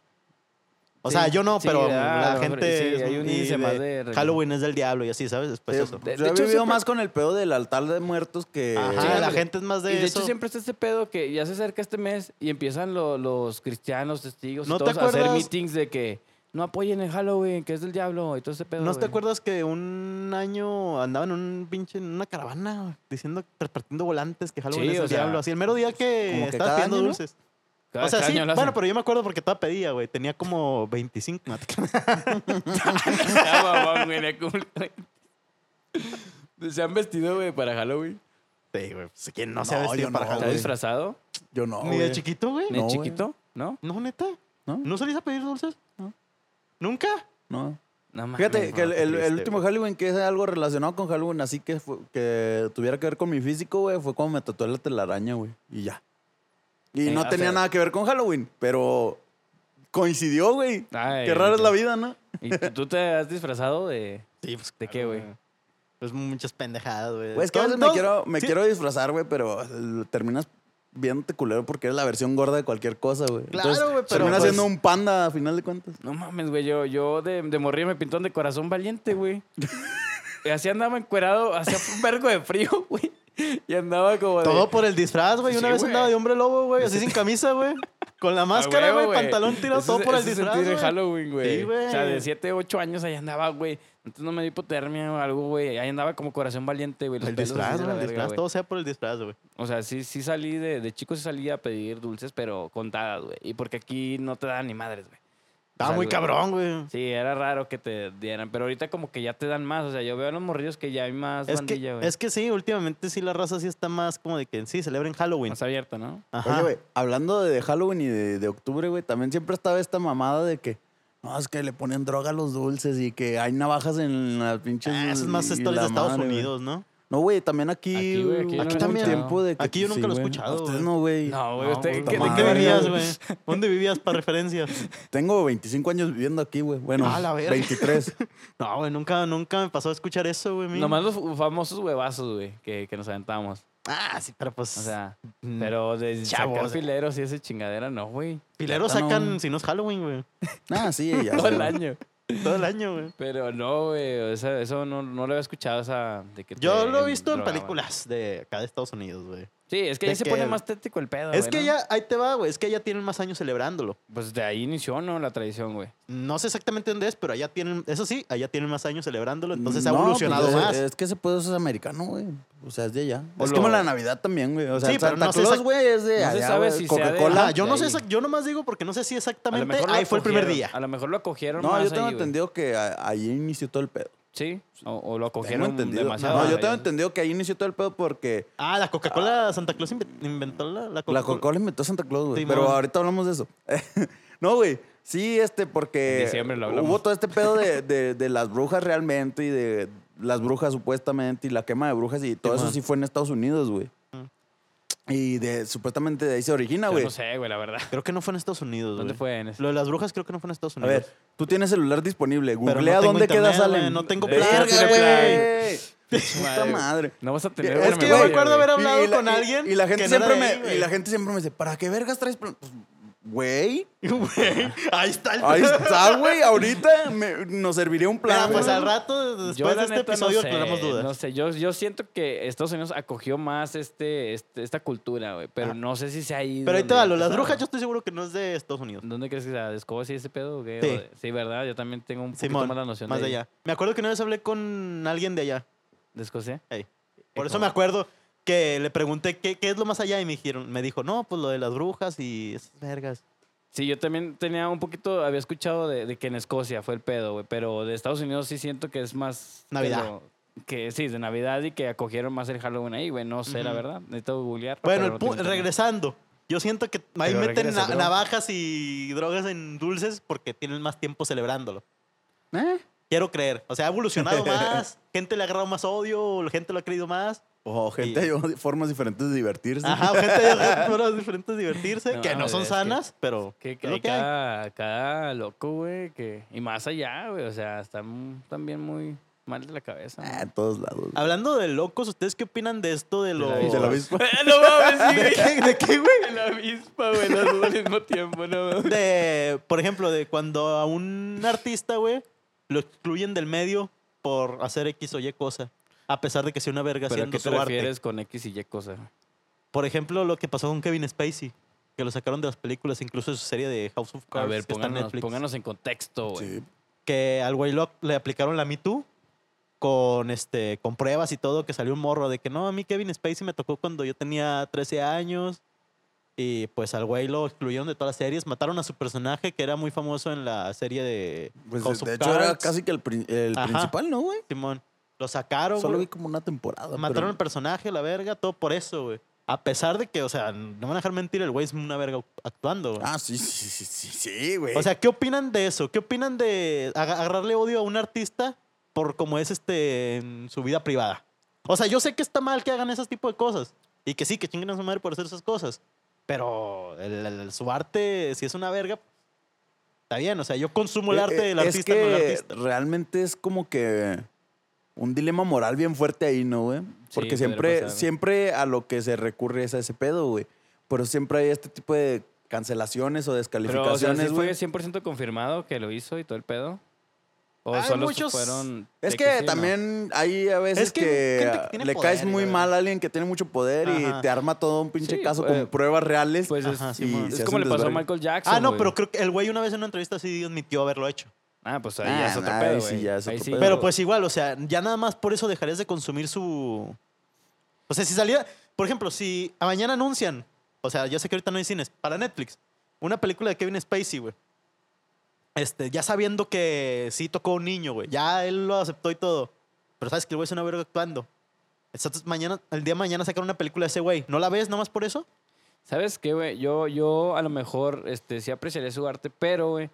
O Ah, Sí, sea, yo no, sí, pero ah, a la lo mejor- gente. sí, es hay un muy índice más de religión. Halloween es del diablo y así, ¿sabes? Después Yo- eso. pues, de- de yo he hecho, vivido siempre- más con el pedo del altar de muertos que... Ajá, Sí, la güey. gente es más Y de, de eso. hecho siempre está este pedo que ya se acerca este mes y empiezan lo- los cristianos, testigos, y ¿No te todos a hacer acuerdas? meetings de que no apoyen el Halloween, que es del diablo y todo ese pedo. ¿No te güey. acuerdas que un año andaba en un pinche, en una caravana, diciendo, repartiendo volantes que Halloween Sí, es o el sea, pues, diablo? Así, el mero día como que que estabas cada pidiendo año, ¿no? dulces. Cada- o sea, cada sí, año lo bueno, hacen. pero yo me acuerdo porque toda pedía, güey. Tenía como 25. no, te creas. (laughs) Ya, mamá, Ah, güey, ya cumple- Se han vestido, güey, para Halloween. Ah, Sí, güey. pues, ¿Quién no se ha No, vestido yo para no, ¿Se ha güey. Halloween? disfrazado? Yo no, Ni de güey. chiquito, güey. ¿Ni No, güey. chiquito? ¿No? No, neta. ¿No? ¿No salís a pedir dulces? No. ¿Nunca? No. No mames, Fíjate que el, no, el- el triste, último güey. Halloween que es algo relacionado con Halloween, así que, fue- que tuviera que ver con mi físico, güey, fue cuando me tatué la telaraña, güey, y ya. Y Eh, no o tenía sea- nada que ver con Halloween, pero coincidió, güey. Ay, Qué rara es la vida, ¿no? ¿Y tú, tú te has disfrazado de, Sí, pues. de qué, güey? Pues muchas pendejadas, güey. Güey, es que a Todo- veces me todo- quiero, me sí, quiero disfrazar, güey, pero eh, terminas viéndote culero porque eres la versión gorda de cualquier cosa, güey. Claro, Entonces, güey, pero Terminas pues- siendo un panda, a final de cuentas. No mames, güey. Yo, yo de, de morrillo me pintó de corazón valiente, güey. (laughs) y así andaba encuerado, hacía un vergo de frío, (laughs) güey. Y andaba como de... Todo por el disfraz, güey. Una Sí, vez güey. andaba de hombre lobo, güey. Así sin camisa, güey. (laughs) Con la máscara, huevo, güey. Pantalón tirado Ese todo es- por el ese es disfraz. sentir de güey. Halloween, güey. Sí, güey. O sea, de 7, 8 años ahí andaba, güey. Entonces no me dio hipotermia o algo, güey. Ahí andaba como corazón valiente, güey. Los El pelos así disfraz, de güey. la El verga, disfraz. güey. Todo sea por el disfraz, güey. O sea, sí, sí salí de, de chico, sí salí a pedir dulces, pero contadas, güey. Y porque aquí no te dan ni madres, güey. Estaba sea, muy güey. cabrón, güey. Sí, era raro que te dieran, pero ahorita como que ya te dan más. O sea, yo veo a los morrillos que ya hay más Es bandilla, que, güey. es que sí, últimamente sí la raza sí está más como de que sí, celebren Halloween. Más abierta, ¿no? Ajá. Ah, Oye, güey, hablando de Halloween y de, de octubre, güey, también siempre estaba esta mamada de que, no, es que le ponen droga a los dulces y que hay navajas en las pinches... Ah, eso es más y historias la de Estados madre, güey. Unidos, ¿no? No, güey, también aquí... Aquí, güey, aquí yo hubo no un lo he escuchado. tiempo de que- Aquí yo nunca lo he güey. escuchado, Ustedes güey. no, güey. No, güey, No, usted, puta ¿qué- ¿de madre, qué ¿Dónde vivías, venías, güey? güey? (laughs) ¿Dónde vivías para referencia? Tengo 25 años viviendo aquí, güey. Bueno, A la verga. (laughs) 23. No, güey, nunca, nunca me pasó a escuchar eso, güey. a mí. Nomás los fu- famosos huevazos, güey, que, que nos aventamos. Ah, sí, pero pues. O sea, mm, pero de Chavos, sacar eh. fileros y esa chingadera, no, (laughs) güey. Pileros Plátano. mm, sacan si no es Halloween, güey. ah, sí, ya Todo sé, el güey. año. Todo el año, güey. Pero no, güey, o sea, eso no, no lo había escuchado, o sea, de que Yo te lo he visto en drogaban. películas de acá de Estados Unidos, güey. Sí, es que De ya se que- pone más tético el pedo, es güey, que ¿no? ya, ahí te va, güey. Es que ya tienen más años celebrándolo. Pues de ahí inició, ¿no? La tradición, güey. No sé exactamente dónde es, pero allá tienen, eso sí, allá tienen más años celebrándolo. Entonces ha No, evolucionado pues, más. Es, es que ese pedo es americano, güey. O sea, es de allá. O es lo- como la Navidad también, güey. O sea, Sí, pero Santa no se Claus, sac- güey, es de no se allá, sabe güey. si sea de- Coca-Cola. Ah, yo no sé, ahí. exact- yo nomás digo porque no sé A si lo exactamente mejor lo ahí fue el primer acogieron- día. A lo mejor lo acogieron No, más yo tengo ahí, güey. entendido que a- ahí inició todo el pedo. Sí, o, o Tengo lo acogieron entendido. demasiado. No, Ah, yo allá. tengo entendido que ahí inició todo el pedo porque Ah, la Coca-Cola Santa Claus inve- inventó la, la la Coca-Cola. Coca-Cola inventó Santa Claus, güey. Simón. Pero ahorita hablamos de eso. (laughs) no, güey. Sí, este, porque En diciembre lo hablamos. hubo todo este pedo de, de- de las brujas realmente y de las brujas supuestamente y la quema de brujas y todo eso Simón. Mm. sí fue en Estados Unidos, güey. Y de, supuestamente de ahí se Ah, origina, Yo güey. no sé, güey, la verdad. Creo que no fue en Estados (laughs) Unidos, ¿Dónde güey. fue en ese? Lo de las brujas creo que no fue en Estados A Unidos. ver, tú tienes celular disponible. no Googlea tengo dónde queda internet, güey, Salem. no tengo Verga, plan, güey. güey. (laughs) Puta madre. No vas a tener Es una que yo memoria, me acuerdo güey. haber hablado la- con alguien Y la, gente que no era siempre de ahí, me, güey. y la gente siempre me dice, ¿para qué vergas traes? plan-?" Pues, Güey, (laughs) Güey, ahí está el (laughs) ahí está, güey. Ahorita me- nos serviría un Mira, plan. pues güey. al rato, después Yo, de la este neta, episodio, no sé, aclaramos dudas. No sé, yo, yo siento que Estados Unidos acogió más este, este- esta cultura, güey. Pero Ah. no sé si sea ahí. Pero ahí te donde va, lo de las empezaron. brujas yo estoy seguro que no es de Estados Unidos. ¿Dónde crees que sea? ¿De Escocia ese pedo? o qué? Sí. O de- sí, ¿verdad? Yo también tengo un poquito Simón, más la noción más de ahí. allá. Me acuerdo que una vez hablé con alguien de allá. ¿De Escocia? Ey. Por Eh, eso no. me acuerdo que le pregunté qué, qué es lo más allá y me dijeron, me dijo, no, pues lo de las brujas y esas vergas. Sí, yo también tenía un poquito, había escuchado de, de que en Escocia fue el pedo, güey, pero de Estados Unidos sí siento que es más... que Navidad. lo- Que, sí, de Navidad y que acogieron más el Halloween ahí, güey, no sé, la Ujú. verdad. Necesito googlear. Bueno, el pu- regresando. Yo siento que ahí Pero meten regresa, na- bro. navajas y drogas en dulces porque tienen más tiempo celebrándolo. ¿Eh? Quiero creer. O sea, ha (laughs) evolucionado más, gente le ha agarrado más odio, la gente lo ha creído más. O gente, Sí. hay formas diferentes de divertirse. Ajá, gente le ha agarrado formas diferentes de divertirse, No, que no güey, son es que- sanas, pero Que, es lo hay que hay. cada, cada loco, güey, que... Y más allá, güey, o sea, están también muy mal de la cabeza. (laughs) Ah, en todos lados. güey. Hablando de locos, ¿ustedes qué opinan de esto de los... la De la avispa. no mames, sí, güey. ¿Qué- ¿De qué, (laughs) güey? La avispa, güey, los dos al mismo tiempo, no mames. De, por ejemplo, de cuando a un artista, güey, lo excluyen del medio por hacer X o Y cosa. A pesar de que sea una verga ¿Pero a haciendo qué te su arte. refieres con X y Y cosa? Por ejemplo, lo que pasó con Kevin Spacey, que lo sacaron de las películas, incluso de su serie de House of A Cards, ver, que está en pónganos, Netflix. pónganos en contexto, güey. Sí. Que al Waylock le aplicaron la Me Too con, este, con pruebas y todo, que salió un morro de que no, a mí Kevin Spacey me tocó cuando yo tenía 13 años. Y pues al güey lo excluyeron de todas las series, mataron a su personaje que era muy famoso en la serie de Pues, House of de hecho, era Cards. casi que el, pri- el Ajá. principal, ¿no, güey? Simón. Lo sacaron, Solo vi güey. como una temporada. Mataron al pero- personaje, la verga, todo por eso, güey. A pesar de que, o sea, no me van a dejar mentir, el güey es una verga actuando, güey. Ah, sí, sí, sí, sí, sí, güey. O sea, ¿qué opinan de eso? ¿Qué opinan de aga- agarrarle odio a un artista por cómo es este en su vida privada? O sea, yo sé que está mal que hagan ese tipo de cosas. Y que sí, que chinguen a su madre por hacer esas cosas. Pero el- el- el- su arte, si es una verga, está bien. O sea, yo consumo el Eh, arte eh, del es artista, que no el artista. Realmente es como que un dilema moral bien fuerte ahí, ¿no, güey? Porque podría siempre, pasar. siempre a lo que se recurre es a ese pedo, güey. Pero siempre hay este tipo de cancelaciones o Pero, o sea, ¿sí descalificaciones, güey. fue 100% confirmado que lo hizo y todo el pedo? ¿O Hay solo muchos- fueron... es de que sí, no? también hay a veces Es que que, gente que tiene le poder, caes muy güey. mal a alguien que tiene mucho poder Ajá. y te arma todo un pinche Sí, caso eh, con pruebas reales. Pues es, Ajá, sí, es mon. se como hacen le pasó a desvergue. Michael Jackson, Ah, no, güey. pero creo que el güey una vez en una entrevista sí admitió haberlo hecho. Ah, pues ahí Ah, ya es otro nah, pedo, ahí güey. sí ya es Ahí otro sí. pedo. Pero pues igual, o sea, ya nada más por eso dejarías de consumir su... O sea, si salía, por ejemplo, si a mañana anuncian, o sea, yo sé que ahorita no hay cines, para Netflix, una película de Kevin Spacey, güey. Este, ya sabiendo que sí tocó a un niño, güey. Ya él lo aceptó y todo. Pero sabes que el güey es una verga actuando. Entonces, mañana, el día de mañana sacar una película de ese güey. ¿No la ves nada más por eso? ¿Sabes qué, güey? Yo, yo a lo mejor este, sí apreciaría su arte, pero, güey,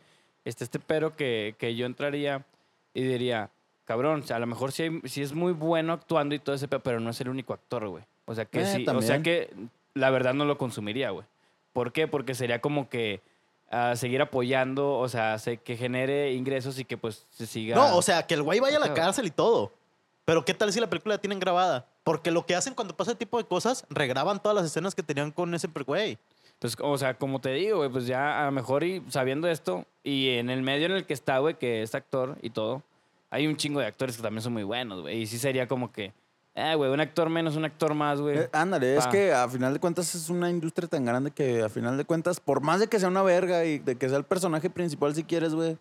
este, este pero que, que yo entraría y diría, cabrón, o sea, a lo mejor sí, hay- sí es muy bueno actuando y todo ese pedo, pero no es el único actor, güey. O sea que Eh, sí, o sea también. que la verdad no lo consumiría, güey. ¿Por qué? Porque sería como que ah, seguir apoyando, o sea, se- que genere ingresos y que pues se siga. No, o sea, que el güey vaya a la Claro. cárcel y todo. Pero ¿qué tal si la película la tienen grabada? Porque lo que hacen cuando pasa ese tipo de cosas, regraban todas las escenas que tenían con ese per- güey. Pues, o sea, como te digo, güey, pues ya a lo mejor y sabiendo esto, y en el medio en el que está, güey, que es actor y todo, hay un chingo de actores que también son muy buenos, güey. Y sí sería como que, eh, güey, un actor menos, un actor más, güey. Eh, ándale, es Pa. que a final de cuentas es una industria tan grande que a final de cuentas, por más de que sea una verga y de que sea el personaje principal si quieres, güey.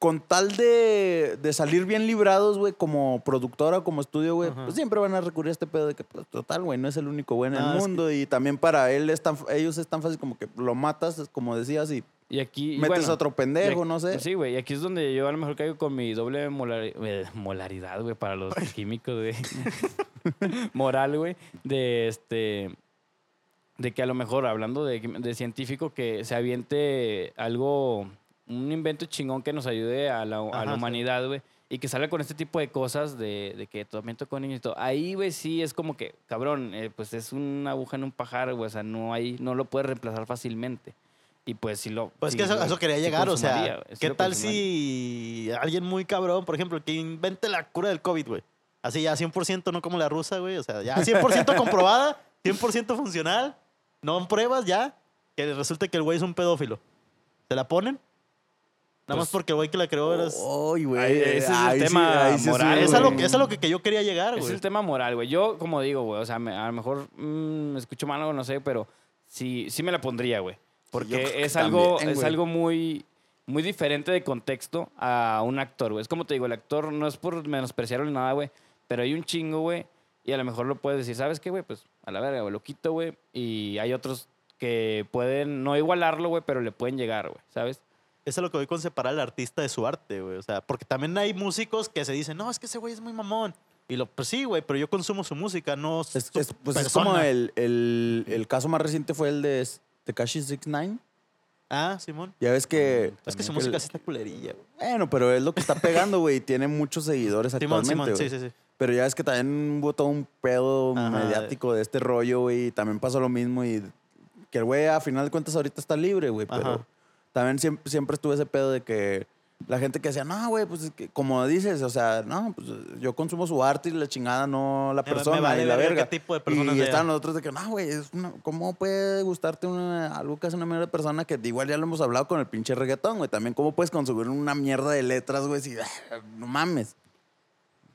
Con tal de, de salir bien librados, güey, como productora, como estudio, güey, Ajá. pues siempre van a recurrir a este pedo de que, pues, total, güey, no es el único güey en Ah, es el mundo. Y también para él es tan, ellos es tan fácil como que lo matas, como decías, y y aquí. y metes bueno, a otro y pendejo, aquí- pues no sé. Sí, güey, y aquí es donde yo a lo mejor caigo con mi doble molari- eh, molaridad, güey, (laughs) para los químicos, güey. (laughs) Moral, güey, de este. De que a lo mejor, hablando de, de científico, que se aviente algo, un invento chingón que nos ayude a la, a la Ajá, sí. humanidad, güey. Y que salga con este tipo de cosas de, de que también con niños y todo. Ahí, güey, sí es como que, cabrón, eh, pues es una aguja en un pajar, güey. O sea, no, hay, no lo puedes reemplazar fácilmente. Y pues si lo... Pues sí, que eso, güey, eso quería sí llegar, o sea, consumaría, güey, sí ¿qué lo tal consumaría. si alguien muy cabrón, por ejemplo, que invente la cura del COVID, güey? Así ya 100%, no como la rusa, güey, o sea, ya (laughs) 100% comprobada, 100% funcional, no en pruebas ya, que resulta que el güey es un pedófilo. ¿Se la ponen? Nada Pues- más oh, porque el güey que la creó era... Ah, Ay, güey. Ahí- ese es el ahí sí- tema ahí sí moral, sí, es, a lo, güey. que- es a lo que, que yo quería llegar, Es güey. el tema moral, güey. Yo, como digo, güey, o sea, me- a lo mejor mm, me escucho mal o no sé, pero sí, sí me la pondría, güey. Yo creo Porque que es algo, también, es güey. algo muy, muy diferente de contexto a un actor, güey. Es como te digo, el actor no es por menospreciarlo ni nada, güey. Pero hay un chingo, güey. Y a lo mejor lo puedes decir, ¿sabes qué, güey? Pues a la verga, güey, lo quito, güey. Y hay otros que pueden no igualarlo, güey, pero le pueden llegar, güey, ¿sabes? Eso es lo que voy con separar al artista de su arte, güey. O sea, porque también hay músicos que se dicen, no, es que ese güey es muy mamón. Y lo, pues sí, güey, pero yo consumo su música, no Es, su es- pues es persona. como el, el, el caso más reciente fue el de Tekashi 69. Ah, Simón. Ya ves que. Es que su el- música sí está culerilla, güey. Bueno, pero es lo que está pegando, güey. y Tiene muchos (laughs) seguidores Simón, actualmente. Simón, sí, güey. sí, sí. Pero ya ves que también hubo todo un pedo Ajá, mediático de este rollo, güey. y También pasó lo mismo. Y que el güey, a final de cuentas, ahorita está libre, güey. Ajá. Pero también siempre, siempre estuvo ese pedo de que la gente que decía, no, güey, pues es que, como dices, o sea, no, pues yo consumo su arte y la chingada, no la Me- me persona vale y la verga qué verga. tipo de persona y sea. están los otros de que, no, güey, es una- ¿cómo puede gustarte una- algo que es una mierda de persona que igual ya lo hemos hablado con el pinche reggaetón, güey? También, ¿cómo puedes consumir una mierda de letras, güey? Si, (laughs) no mames.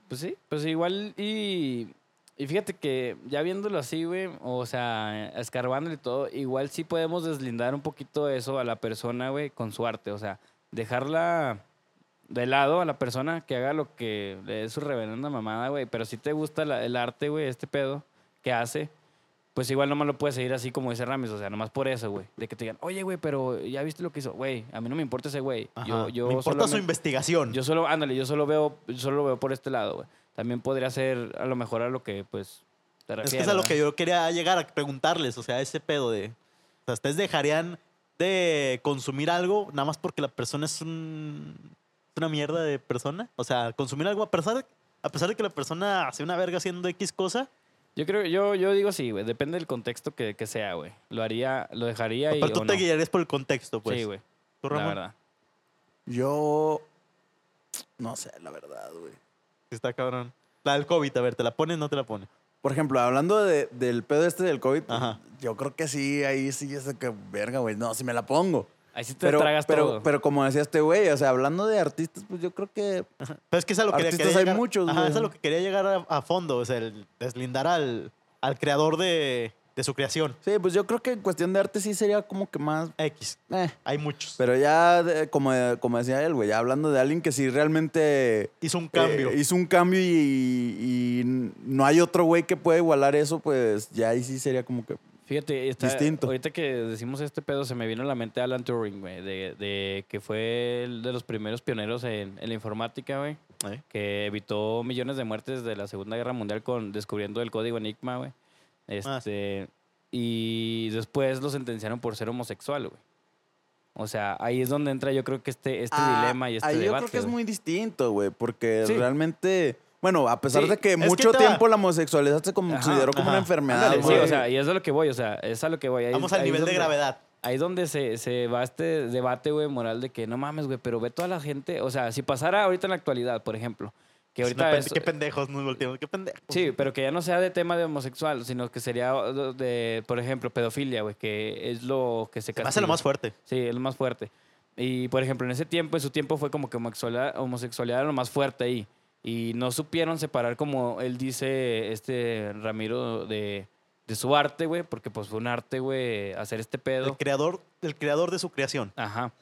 Pues sí, pues igual y, y fíjate que ya viéndolo así, güey, o sea, escarbándole todo, igual sí podemos deslindar un poquito eso a la persona, güey, con su arte, o sea, dejarla de lado a la persona que haga lo que le dé su reverenda mamada, güey, pero si te gusta la- el arte, güey, este pedo que hace, pues igual nomás lo puedes seguir así como dice Ramis, o sea, nomás por eso, güey, de que te digan, oye, güey, pero ya viste lo que hizo, güey, a mí no me importa ese güey, Ajá. yo, yo Me importa su solamente- investigación. yo solo, ándale, yo solo veo, yo solo lo veo por este lado, güey. También podría ser a lo mejor a lo que, pues, te refieres. es que es a lo ¿no? que yo quería llegar a preguntarles, o sea, ese pedo de... O sea, ¿ustedes dejarían de consumir algo nada más porque la persona es un, es una mierda de persona? O sea, consumir algo a pesar, a pesar de que la persona hace una verga haciendo X cosa, Yo creo, yo, yo digo sí, güey. Depende del contexto que, que sea, güey. Lo haría, lo dejaría y. pero o tú te no. guiarías por el contexto, pues. sí, güey. La ¿Tú, Ramón? verdad. Yo. No sé, la verdad, güey. Sí, está cabrón. La del COVID, a ver, ¿te la pones o no te la pones? Por ejemplo, hablando de- del pedo este del COVID, pues, Ajá. yo creo que sí, ahí sí, eso que verga, güey. No, si me la pongo. Ahí sí te Pero, tragas pero, todo. pero como decía este güey, o sea, hablando de artistas, pues yo creo que. Pero es que es a lo que Artistas quería hay llegar. muchos, Ajá, güey. es a lo que quería llegar a, a fondo, o sea, el deslindar al, al creador de, de su creación. Sí, pues yo creo que en cuestión de arte sí sería como que más. X. eh. Hay muchos. Pero ya, de- como, como decía él, güey, ya hablando de alguien que sí realmente. Hizo un cambio. eh, hizo un cambio y, y no hay otro güey que pueda igualar eso, pues ya ahí sí sería como que. Fíjate, está- Distinto. ahorita que decimos este pedo, se me vino a la mente Alan Turing, güey, de, de que fue el de los primeros pioneros en, en la informática, güey, Eh. que evitó millones de muertes de la Segunda Guerra Mundial con descubriendo el código Enigma, güey. Ah, sí. Este, Y después lo sentenciaron por ser homosexual, güey. O sea, ahí es donde entra yo creo que este, este Ah, dilema y este ahí debate. Yo creo que es güey. muy distinto, güey, porque Sí. realmente, bueno, a pesar Sí, de que es que mucho te va- tiempo la homosexualidad se consideró como ajá. una enfermedad, Ándale, sí, güey. o sea, y es a lo que voy, o sea, es a lo que voy. ahí- Ah, Vamos ahí al es nivel de donde- gravedad. Ahí es donde se, se va este debate, güey, moral de que no mames, güey, pero ve toda la gente. O sea, si pasara ahorita en la actualidad, por ejemplo, que Es una ahorita pen- es. Qué pendejos nos volteamos, qué pendejos. Sí, pero que ya no sea de tema de homosexual, sino que sería de, por ejemplo, pedofilia, güey, que es lo que se Se me castiga. hace lo más fuerte. Sí, es lo más fuerte. Y, por ejemplo, en ese tiempo, en su tiempo fue como que homosexualidad, homosexualidad era lo más fuerte ahí. Y no supieron separar, como él dice, este Ramiro, de, de su arte, güey, porque pues fue un arte, güey, hacer este pedo. El creador, el creador de su creación. Ajá.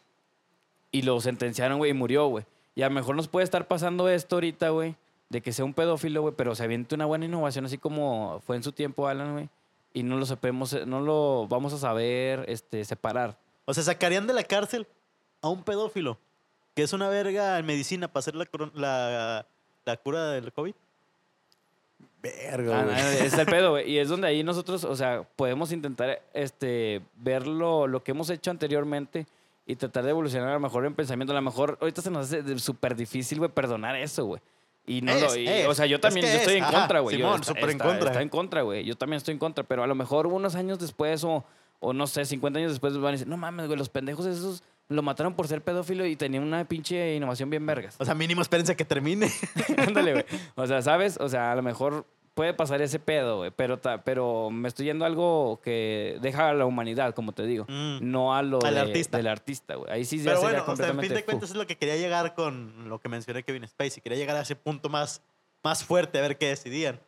Y lo sentenciaron, güey, y murió, güey. Y a lo mejor nos puede estar pasando esto ahorita, güey, de que sea un pedófilo, güey, pero se aviente una buena innovación así como fue en su tiempo Alan, güey. Y no lo sabemos, eh, no lo vamos a saber este, separar. O sea, sacarían de la cárcel a un pedófilo, que es una verga en medicina para hacer la, coron- la, la cura del COVID. Verga, Ah, güey. es el pedo, (laughs) güey. Y es donde ahí nosotros, o sea, podemos intentar este, ver lo, lo que hemos hecho anteriormente y tratar de evolucionar a lo mejor en pensamiento. A lo mejor ahorita se nos hace de- súper difícil, güey, perdonar eso, güey. Y no Es, lo- y, es. O sea, yo Es también que yo estoy es. en Ajá, contra, güey. Yo Simón, está- súper en está- contra. Está en contra, güey. Yo también estoy en contra. Pero a lo mejor unos años después o, o no sé, 50 años después van a decir, no mames, güey, los pendejos esos lo mataron por ser pedófilo y tenía una pinche innovación bien vergas. O sea, mínimo espérense a (laughs) que termine. (laughs) Ándale, güey. O sea, ¿sabes? O sea, a lo mejor puede pasar ese pedo, güey, pero, ta- pero me estoy yendo a algo que deja a la humanidad, como te digo. Mm. No a lo Al de- artista. del artista, güey. Ahí sí ya Pero sería bueno, o sea, en completamente, fin de fu. cuentas es lo que quería llegar con lo que mencioné Kevin Spacey. Quería llegar a ese punto más, más fuerte, a ver qué decidían.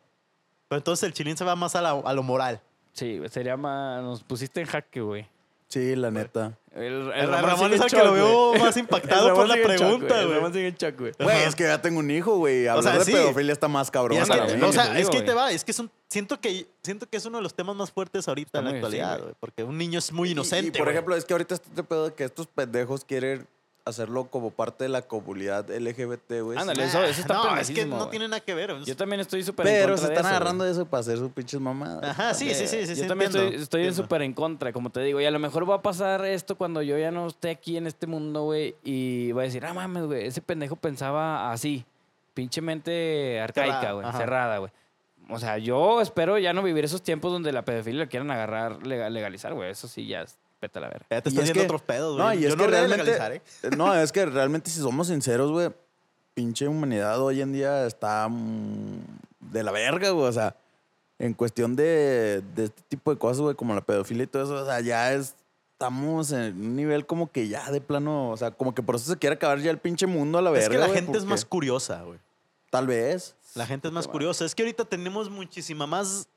Pero entonces el chilín se va más a, la- a lo moral. Sí, güey, sería más... Nos pusiste en jaque, güey. Sí, la neta. El, el El Ramón, sigue es en el que shock, lo veo güey. más El impactado por Ramón la sigue en shock, pregunta, El Ramón güey. sigue en shock, güey. Güey, es que ya tengo un hijo, güey. O sea, Hablar sí. de pedofilia está más cabrón. Y es Vamos a para la que, mí. no, o verga, sea, te es digo, que ahí te güey. va, es que es un, siento que siento que es uno de los temas más fuertes Está ahorita en la muy- sí, actualidad, güey. güey, porque un niño es muy Y- inocente. Y, por güey. ejemplo, es que ahorita está este pedo de que estos pendejos quieren hacerlo como parte de la comunidad LGBT, güey. Ándale, Sí. eso, eso está Ah, no, es que pendejísimo, no güey. tiene nada que ver. güey. Yo también estoy súper en Pero contra se de están eso, agarrando de eso para hacer sus pinches mamadas. Ajá, sí, güey. sí, sí, sí, Yo sí, también entiendo, estoy, estoy en entiendo. súper en contra, como te digo. Y a lo mejor va a pasar esto cuando yo ya no esté aquí en este mundo, güey. Y va a decir, ah, mames, güey, ese pendejo pensaba así. Pinche mente arcaica, Cerrada, güey. ajá. Cerrada, güey. O sea, yo espero ya no vivir esos tiempos donde la pedofilia la quieran agarrar, lega- legalizar, güey. Eso sí, ya, vete a la verga. Ya te Y estás es haciendo que- otros pedos, güey. No, y Yo es que no lo voy a realmente. legalizar, ¿eh? (laughs) No, es que realmente, si somos sinceros, güey, pinche humanidad hoy en día está mm, de la verga, güey. O sea, en cuestión de, de este tipo de cosas, güey, como la pedofilia y todo eso, o sea, ya es- Estamos en un nivel como que ya de plano, o sea, como que por eso se quiere acabar ya el pinche mundo a la verga. Es que la güey, gente es porque- más curiosa, güey. Tal vez. La gente es más madre. curiosa. Es que ahorita tenemos muchísima más,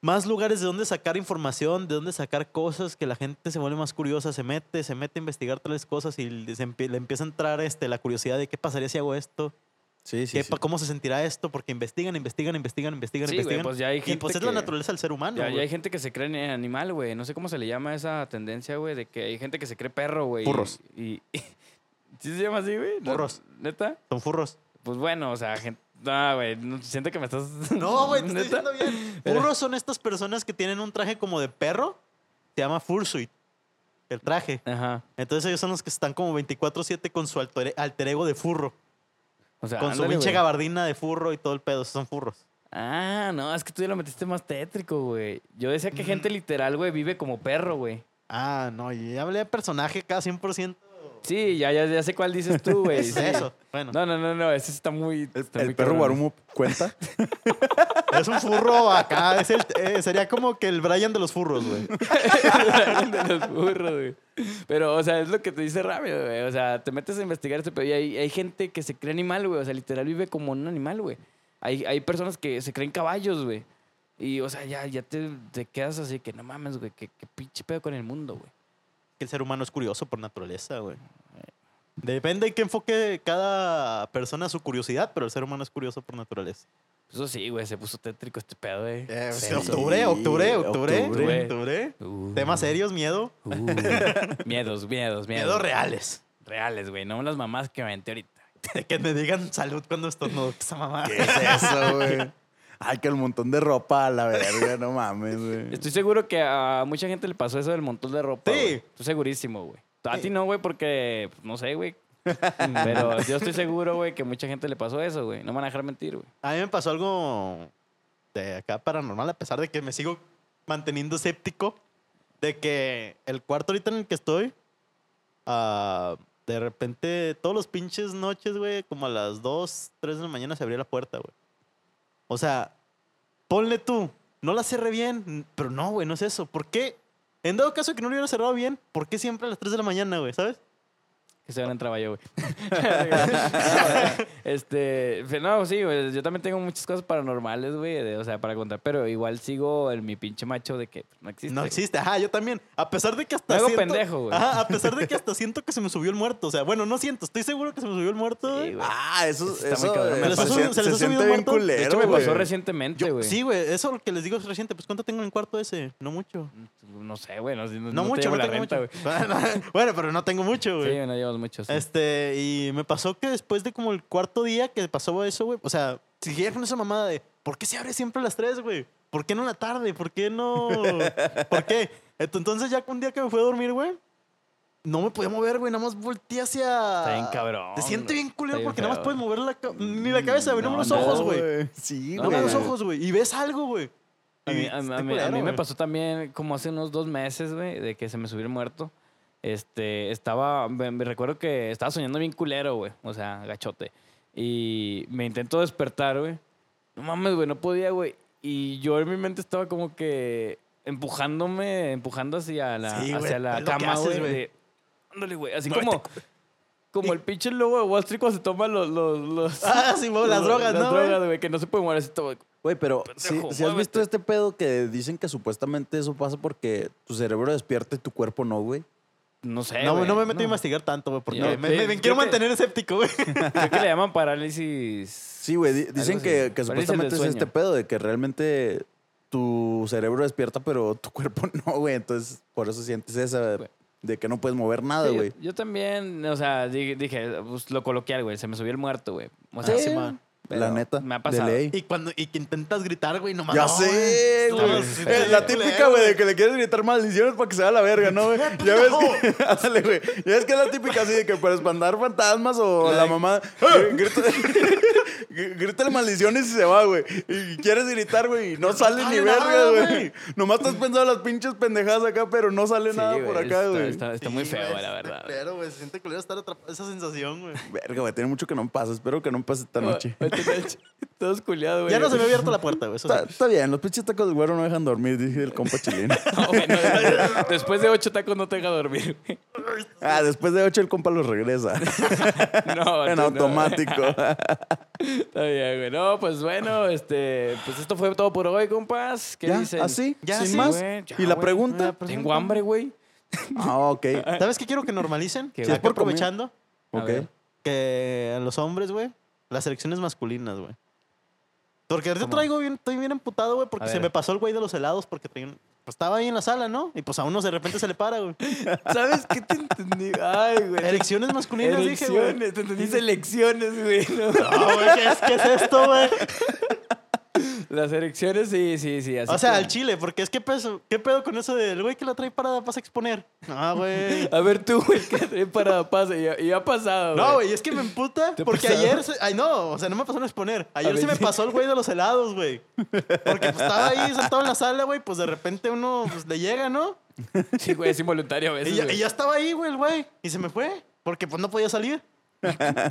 más lugares de donde sacar información, de donde sacar cosas, que la gente se vuelve más curiosa, se mete, se mete a investigar tales cosas y le, se empie- le empieza a entrar este, la curiosidad de qué pasaría si hago esto, Sí, sí. ¿Qué sí. pa- cómo se sentirá esto, porque investigan, investigan, investigan, investigan, Sí, güey, investigan. pues ya hay y gente pues es la que- naturaleza del ser humano. Ya, ya güey. hay gente que se cree en animal, güey. No sé cómo se le llama esa tendencia, güey, de que hay gente que se cree perro, güey. Burros. Y, y- (laughs) ¿Sí se llama así, güey? ¿No- Burros. ¿Neta? Son furros. Pues bueno, o sea, gente... No, güey, (laughs) no- siento que me estás... (laughs) No, güey, te estoy ¿Neta? diciendo bien. Furros son estas personas que tienen un traje como de perro. Se llama fursuit. El traje. Ajá. Entonces ellos son los que están como 24-7 con su alter, alter ego de furro. O sea, con su ándale, pinche güey. gabardina de furro y todo el pedo. Son furros. Ah, no, es que tú ya lo metiste más tétrico, güey. Yo decía que gente literal, güey, vive como perro, güey. Ah, no, yo ya hablé de personaje cada 100%. Sí, ya, ya, ya sé cuál dices (laughs) tú, güey. es sí. eso. Bueno, No, no, no, no, ese está muy... El, está el muy perro cabrón. Guarumo (laughs) cuenta. es un furro acá. es el- eh, sería como que el Brian de los furros, güey. (laughs) de los burros, güey. Pero, o sea, es lo que te dice rápido, güey. O sea, te metes a investigar este pedo y hay, hay gente que se cree animal, güey. O sea, literal vive como un animal, güey. Hay, hay personas que se creen caballos, güey. Y, o sea, ya, ya te, te quedas así que no mames, güey. Que, que pinche pedo con el mundo, güey. Que el ser humano es curioso por naturaleza, güey. Depende de qué enfoque cada persona su curiosidad, pero el ser humano es curioso por naturaleza. Eso sí, güey. Se puso tétrico este pedo, güey. Eh, sí. pues, Octubre, octubre, octubre, Octubre. octubre, octubre. Uh, Temas serios, miedo. (laughs) uh. miedos, miedos, miedos. Miedos reales. (laughs) Reales, güey. No las mamás que me aventé ahorita. De que me digan salud cuando estornudo. Esa mamá. ¿Qué es eso, güey? Ay, que el montón de ropa a la verga, no mames, güey. Estoy seguro que a mucha gente le pasó eso del montón de ropa. Sí. güey. Estoy segurísimo, güey. A Sí. ti no, güey, porque pues, no sé, (laughs) güey. Pero yo estoy seguro, güey, que a mucha gente le pasó eso, güey. No me van a dejar mentir, güey. A mí me pasó algo de acá paranormal, a pesar de que me sigo manteniendo escéptico de que el cuarto ahorita en el que estoy, ah, de repente, todos los pinches noches, güey, como a las 2, 3 de la mañana se abría la puerta, güey. O sea, ponle tú, no la cerré bien, pero no, güey, no es eso. ¿Por qué? En dado caso que no lo hubiera cerrado bien, ¿por qué siempre a las 3 de la mañana, güey? ¿Sabes? Que se van a entrar yo, güey. (laughs) este, fe- no, sí, güey. Yo también tengo muchas cosas paranormales, güey, de- o sea, para contar. Pero igual sigo en mi pinche macho de que no existe. No güey. existe. Ajá, yo también. A pesar de que hasta Este, Me hago siento... pendejo, güey. Ajá, a pesar (laughs) de que hasta siento que se me subió el muerto. O sea, bueno, no siento. Estoy seguro que se me subió el muerto, Sí, güey. güey. Este Ah, eso, Está muy eso cabrón. eh, ¿Se les ha se, subido- siente- se les ha se subido siente un bien montón? De De culero, hecho, me pasó güey. recientemente, Yo- güey. sí, güey. Eso lo que les digo es reciente. Pues, ¿cuánto tengo en el cuarto ese? No mucho. No sé, güey. No, no, No, no te mucho, llevo no la tengo renta, güey. mucho. (laughs) bueno, pero no tengo mucho, güey. Sí, no llevamos mucho. sí. Este, y me pasó que después de como el cuarto día que pasó eso, güey, o sea, siguiera con esa mamada de ¿por qué se abre siempre a las 3, güey? ¿Por qué no en la tarde? ¿Por qué (laughs) no? ¿Por qué? Ent- Entonces ya que un día que me fui a dormir, güey, no me podía mover, güey, nada más volteé hacia... Está bien cabrón, Ah, Te siente güey. bien Está culero bien porque nada feo, Mm, más puedes mover la ca- ni la cabeza, güey, no, no, los no, ojos, güey. Sí, No güey. me los ojos, güey. Y ves algo, güey. A mí, Y a- a está mí- a culero, mí me güey. pasó también como hace unos dos meses, güey, de que se me subió el muerto. Este, estaba, me, me recuerdo que estaba soñando bien culero, güey, o sea, gachote. Y me intento despertar, güey. No mames, güey, no podía, güey. Y yo en mi mente estaba como que empujándome, empujando hacia la, Sí, güey, hacia es la lo que cama, haces, güey. güey. de, Ándale, güey, así Muévete, como... Como el pinche lobo de Wall Street cuando se toma los... los, los (laughs) Ah, sí, güey, las los- drogas, las ¿no, güey? drogas, güey, que no se puede mover así todo. Güey, pero si, Pendejo, has visto muévete. este pedo que dicen que supuestamente eso pasa porque tu cerebro despierta y tu cuerpo no, güey. No sé, no, eh, güey, no me meto a investigar tanto, güey, porque Ya, me, sí, me- me creo quiero que- mantener escéptico, güey. Creo que le llaman parálisis. Sí, güey, di- dicen así. que, que Parálisis del supuestamente es sueño. este pedo de que realmente tu cerebro despierta pero tu cuerpo (laughs) no, güey. Entonces, por eso sientes esa Güey. de que no puedes mover (laughs) nada, Sí, yo- güey. yo, también, o sea, di- dije, pues, lo coloquial, güey. Se me subió el muerto, güey. O sea, Sí, ma- La pero neta. Me ha pasado. De ley. Y cuando y que intentas gritar, güey, no mames. Ya no, sé, no, güey. sí, Eh, sí, la típica, culero, güey, de que le quieres gritar maldiciones para que se vaya a la verga, ¿no, güey? Ya ves que. (laughs) Ándale, güey. Ya ves que es la típica así de que pues, para espantar fantasmas o la mamá. "Eh, grita- (laughs) gr- Grítale maldiciones y se va, güey. Y quieres gritar, güey, y no sale ni sale verga, nada, güey. güey. Nomás estás pensando en las pinches pendejadas acá, pero no sale Sí, nada güey, por acá, está- güey. Está, está muy Sí, feo, güey, güey, la está verdad. Culero, güey, se siente culero estar atrapado. Esa sensación, güey. Verga, güey, tiene mucho que no me pasa. Espero que no me pase esta Güey, (laughs) noche. güey, esta noche, Todos culiados, güey. Ya no se me ha abierto (laughs) la puerta, güey. eso sí. Está, está bien, los pinches tacos del güero no dejan dormir, dije el compa chileno. (laughs) (laughs) No, güey, no, después de ocho tacos no te deja dormir, güey. (laughs) Ah, después de ocho el compa los regresa. No, en tú no, automático. güey. Está bien, güey. No, pues bueno, este, pues esto fue todo por hoy, compas. (laughs) ¿Qué ¿Ya? ¿ah, dicen? ¿Así? Ya, ¿Sin sí, más? güey, ya, ¿Y la güey, (laughs) pregunta? Tengo hambre, güey. Ah, ok. ¿Sabes qué quiero que normalicen? Que Que va- es por aprovechando A Ok. ver. que a los hombres, güey, las selecciones masculinas, güey. Porque ahorita ¿Cómo? traigo bien, estoy bien emputado, güey, porque A se ver. me pasó el güey de los helados porque traía un- pues, estaba ahí en la sala, ¿no? Y pues a uno de repente se le (laughs) para, güey. ¿Sabes qué te entendí? Ay, güey. Erecciones masculinas, dije, güey. Elecciones, te entendí selecciones, güey. ¿no? No, güey, ¿qué es, qué es esto, güey? (laughs) Las elecciones, sí, sí, sí. así O sea, que- al chile, porque es que peso, ¿qué pedo con eso del güey que la trae parada vas a exponer? (laughs) No, güey. A ver tú, güey, que trae para pasa y, y ha pasado. No, güey, es que me emputa ¿Te ha porque pasado? ayer. se- ay, no, o sea, no me pasó a exponer. Ayer ver, se me sí. pasó el güey de los helados, güey. Porque pues, estaba (laughs) ahí sentado en la sala, güey, pues de repente uno pues, le llega, ¿no? Sí, güey, es involuntario a veces. Y ya, güey. y ya estaba ahí, güey, el güey. Y se me fue. Porque pues no (laughs) podía salir.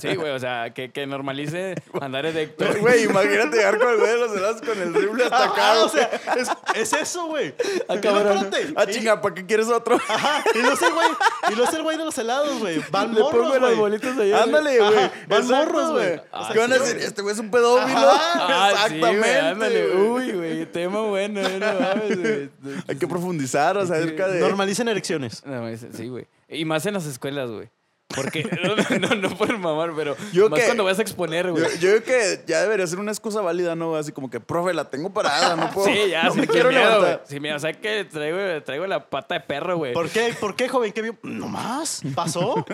Sí, güey, o sea, que, que (laughs) normalice andar erecto. (laughs) (laughs) Güey, imagínate llegar con el güey de los helados con el rifle hasta acá. Ah, güey. o sea, es, es eso, (laughs) güey. Y no, cabrón. espérate. Ah, chinga, ¿para qué quieres otro? Ajá, y lo sé, güey. Y lo sé el güey de los (laughs) helados, güey. Van Le pongo morros, los güey. bolitos (laughs) allá. Ándale, Ajá, güey. van Exacto, morros, güey. Ah, ¿Qué van a sí, decir? Este güey es un pedófilo. (laughs) Ah, sí, güey, Exactamente. ándale. güey. Uy, güey, tema bueno, eh, no mames, güey. Hay que profundizar acerca de. Normalicen erecciones. No, es- sí, güey. Y más en las escuelas, güey. Porque, (laughs) no, no, no por mamar, pero Yo más que- cuando vas a exponer, Yo, güey. yo creo que ya debería ser una excusa válida, ¿no? Así como que, profe, la tengo parada, (laughs) no puedo. Sí, ya, no sí, me sin quiero miedo, güey. levantar. Sin miedo, o sea que traigo, traigo la pata de perro, güey. ¿Por qué? ¿Por qué, joven? ¿Qué vio? ¿No más? ¿Pasó?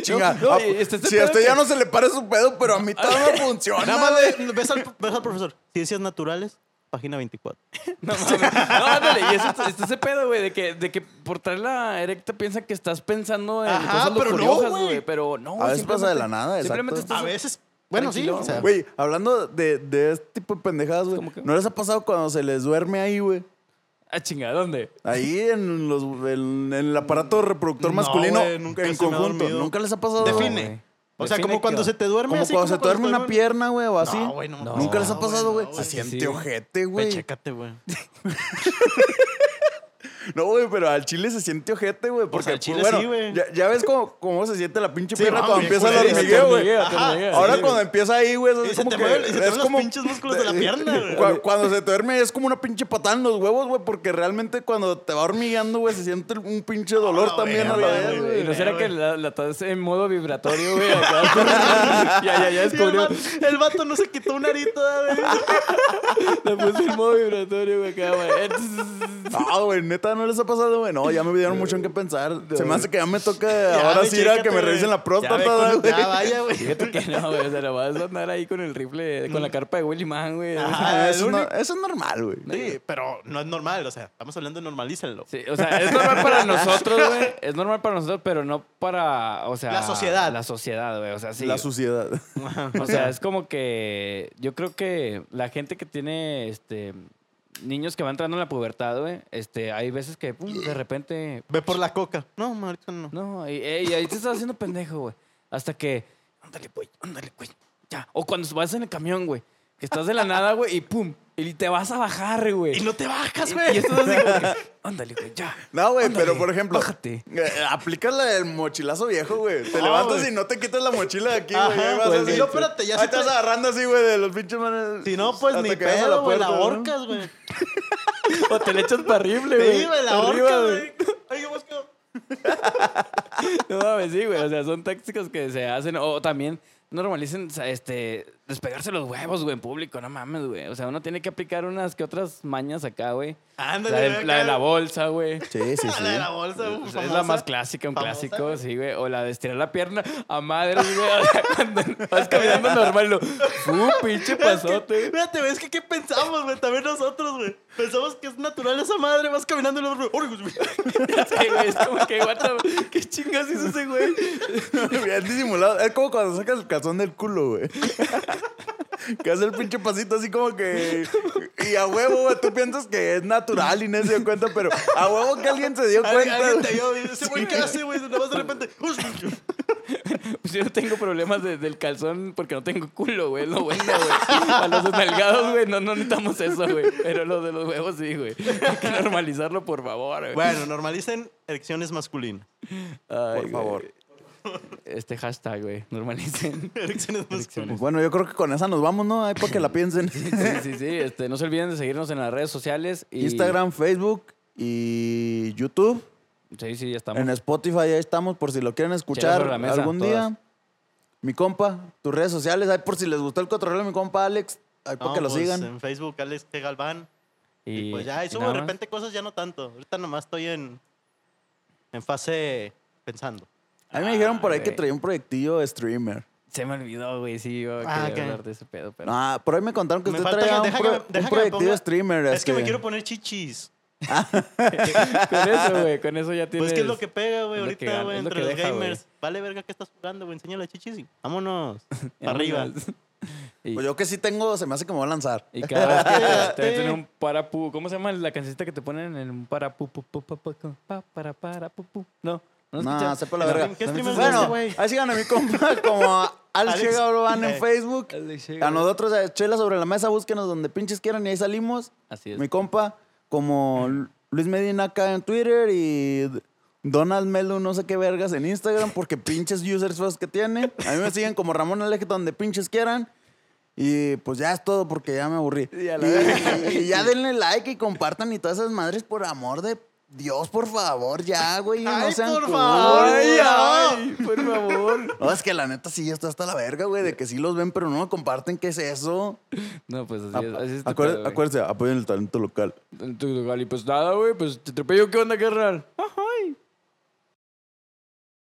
Chinga. No, no, ah, y este- este si pedo a usted que- ya no se le para su pedo, pero a mí (laughs) todavía no funciona. Nada más güey. ve- ves, al, ves al profesor. Ciencias naturales, página 24. (laughs) No mames. No, ándale. Y eso está, está ese pedo, güey, de que, de que por traer la erecta piensa que estás pensando en Ajá, cosas pero no, lujuriosas, güey. güey. Pero no, A güey, veces pasa de la simplemente- nada, exacto. Simplemente estás. A veces. Bueno, sí. Tranquilo, O (laughs) sea, Güey, hablando de, de este tipo de pendejadas, güey. ¿Cómo que? ¿No les ha pasado cuando se les duerme ahí, güey? Ah, chinga, ¿dónde? Ahí en, los, en, en el aparato reproductor No, masculino güey, nunca en se me ha conjunto. dormido. Nunca les ha pasado. Define. güey. o sea, Define como cuando qué- se te duerme. Como así, cuando se te duerme una cuando se pierna, güey, o así. No, güey, no, No. Nunca les ha pasado, güey. no, se güey. siente sí. ojete, Güey, güey. chécate, güey. No, güey, pero al chile se siente ojete, güey. Porque Pues pues, al chile bueno, sí, güey. ya, ya ves cómo, cómo se siente la pinche Sí, pierna vamos, cuando bien empieza el culerísimo, hormigueo, güey. hormigueo, Ajá. hormigueo, Ahora sí, cuando güey. empieza ahí, güey, (laughs) es Y se como te que mueven- y se te es mueven los como pinches (laughs) músculos de la pierna, güey. Cu- Eh, Cuando se te duerme es como una pinche patada en los huevos, güey, porque realmente cuando te va hormigueando, güey, se siente un pinche dolor Ah, también güey, a la güey, vez, Y güey. no será Eh, que güey. la, la estás en modo vibratorio, güey. (laughs) acá? ya, ya, ya Y el, descubrió. vato, el vato no se quitó una arita, güey. Le puse en modo vibratorio, güey, acá, güey. No, güey, neta, no les ha pasado, güey. No, ya me dieron mucho en qué pensar. Se me hace que ya me toca (laughs) ahora güey, sí ir a que chécate, me güey. revisen la Ya ve próstata, con- güey. (laughs) Ya, vaya, güey. Fíjate que no, güey. O sea, no vas a andar ahí con el rifle, con la carpa de Willy Man, güey. Ajá. Mm. Ah, el Eso, no- único- eso es normal, güey. (laughs) Sí, pero no es normal, o sea, estamos hablando de normalícenlo. Sí, o sea, es normal para nosotros, güey. Es normal para nosotros, pero no para, o sea... La sociedad. La sociedad, güey. O sea, sí. La (laughs) suciedad. o sea, es como que yo creo que la gente que tiene, este, niños que van entrando en la pubertad, güey, este, hay veces que pum, de repente. Ve por la coca. No, ahorita no. No, y, ey, ahí te estás haciendo pendejo, güey. Hasta que. Ándale, güey, ándale, güey. Ya. O cuando vas en el camión, güey. Que estás de la nada, güey, y pum. Y te vas a bajar, güey. Y no te bajas, Y- güey. Y estás así como que, Ándale, güey, ya. No, güey, ándale, pero por ejemplo, Bájate. eh, aplicas la del mochilazo viejo, güey. Te No, levantas güey. y no te quitas la mochila de aquí, güey. Ajá, Ahí vas pues, así. y no, espérate, ya Ahí se estás te- agarrando así, güey, de los pinches manes. Si no, pues hasta ni que vas a pedo, güey. La puerta, ¿no? horcas, güey. O te le echas para horrible, güey. Sí, güey, la Arriba, horcas, güey. Oye, busca. No mames, sí, güey. O sea, son tácticas que se hacen. O también normalicen, o sea, este, despegarse los huevos, güey, en público. No mames, güey. O sea, uno tiene que aplicar unas que otras mañas acá, güey. La, Ándale, de, güey, la de acá. la (laughs) bolsa, güey. Sí, sí, La de sí. la bolsa, güey, O sea, es famosa. la más clásica, un Famosa, clásico, güey. sí, güey. O la de estirar la pierna a madre, güey. O sea, (laughs) cuando vas caminando normal, lo. ¡Uh, pinche Es que, pasote! fíjate, güey, es que ¿qué pensamos, güey? También nosotros, güey. Pensamos que es natural esa madre. Vas caminando y luego... "Orgus", güey. Sí, güey, es como que, what the- ¿qué chingas hizo ese güey? (laughs) Bien disimulado. Es como cuando sacas el calzón del culo, güey. Que hace el pinche pasito así como que. Y a huevo, güey. Tú piensas que es natural y no se dio cuenta, pero a huevo que alguien se dio Alguien- cuenta. Alguien güey. te vio, güey. Ese güey, ¿qué hace, güey? Nada más de repente... "Ush". Pues yo no tengo problemas de- del calzón porque no tengo culo, güey. es Lo bueno, güey. A los desnalgados, güey, no, no necesitamos eso, güey. Pero lo de los huevos sí, güey. Hay que normalizarlo, por favor, güey. Bueno, normalicen erecciones masculinas. Ay, Por güey. favor. Este hashtag, güey. Normalicen. (laughs) Erecciones masculinas. Pues Bueno, yo creo que con esa nos vamos, ¿no? Ahí para que la piensen. Sí, sí, sí. Este, no se olviden de seguirnos en las redes sociales. Y... Instagram, Facebook y YouTube. Sí, sí, ya estamos. En Spotify ahí estamos por si lo quieren Chelas escuchar sobre la mesa, algún todas. día. Mi compa, tus redes sociales, ahí por si les gustó el cotorreo de mi compa Alex, ahí para No, que lo pues, sigan. En Facebook, Alex G. Galván. Y, pues ya, y subo nada de más. repente cosas ya no tanto. Ahorita nomás estoy en, en fase pensando. A mí me dijeron por ahí Ah, que güey. traía un proyectillo de streamer. Se me olvidó, güey. Sí, iba a Ah, querer ok. hablar de ese pedo, pero. Ah, por ahí me contaron que Me usted falta traía que- un, deja que pro- me- un deja que me proyectillo ponga- de streamer. es que me este. quiero poner chichis. Con eso, güey. Con eso ya tienes. Pues que es lo que pega, güey, es lo que gana, ahorita, güey, es lo entre que los deja, güey. gamers. Vale, verga, ¿qué estás jugando, güey? Enseña las chichis y vámonos. Ya no arriba. más. Y- Pues yo que sí tengo, se me hace que me va a lanzar. Y cada vez que te- te Espérate. meten un parapú, ¿cómo se llama la cancioncita que te ponen en un parapú? pu, pu, pu, pu, cu, pa, para, para, pu, pu? No, no, No, escuchas? sepa la No. verga. ¿Qué streamer bueno, es ese, güey? ahí sigan a mi compa (laughs) como a Alex Alex- Chegaban (laughs) Eh. en Facebook. Alex Chega. A nosotros, a Chela sobre la mesa, búsquenos donde pinches quieran y ahí salimos. Así es. Mi compa, como Luis Medina acá en Twitter y Donald Melo, no sé qué vergas en Instagram, porque pinches users feos que tiene. A mí me siguen como Ramón Alejo donde pinches quieran. Y pues ya es todo porque ya me aburrí. Y, Y a la verga. y ya denle like y compartan y todas esas madres por amor de Dios, por favor, ya, güey. No Ay, sean por culos. favor. ¡Ay, ay! Por (laughs) favor. No, es que la neta sí, ya está hasta la verga, güey, de que sí los ven, pero no comparten, ¿qué es eso? No, pues así es. Así es Acuérdense, tu pedo, güey. acuérdense, apoyen el talento local. Tu- tu- Y pues nada, güey, pues te atropello, ¿qué onda, carnal? Ajá.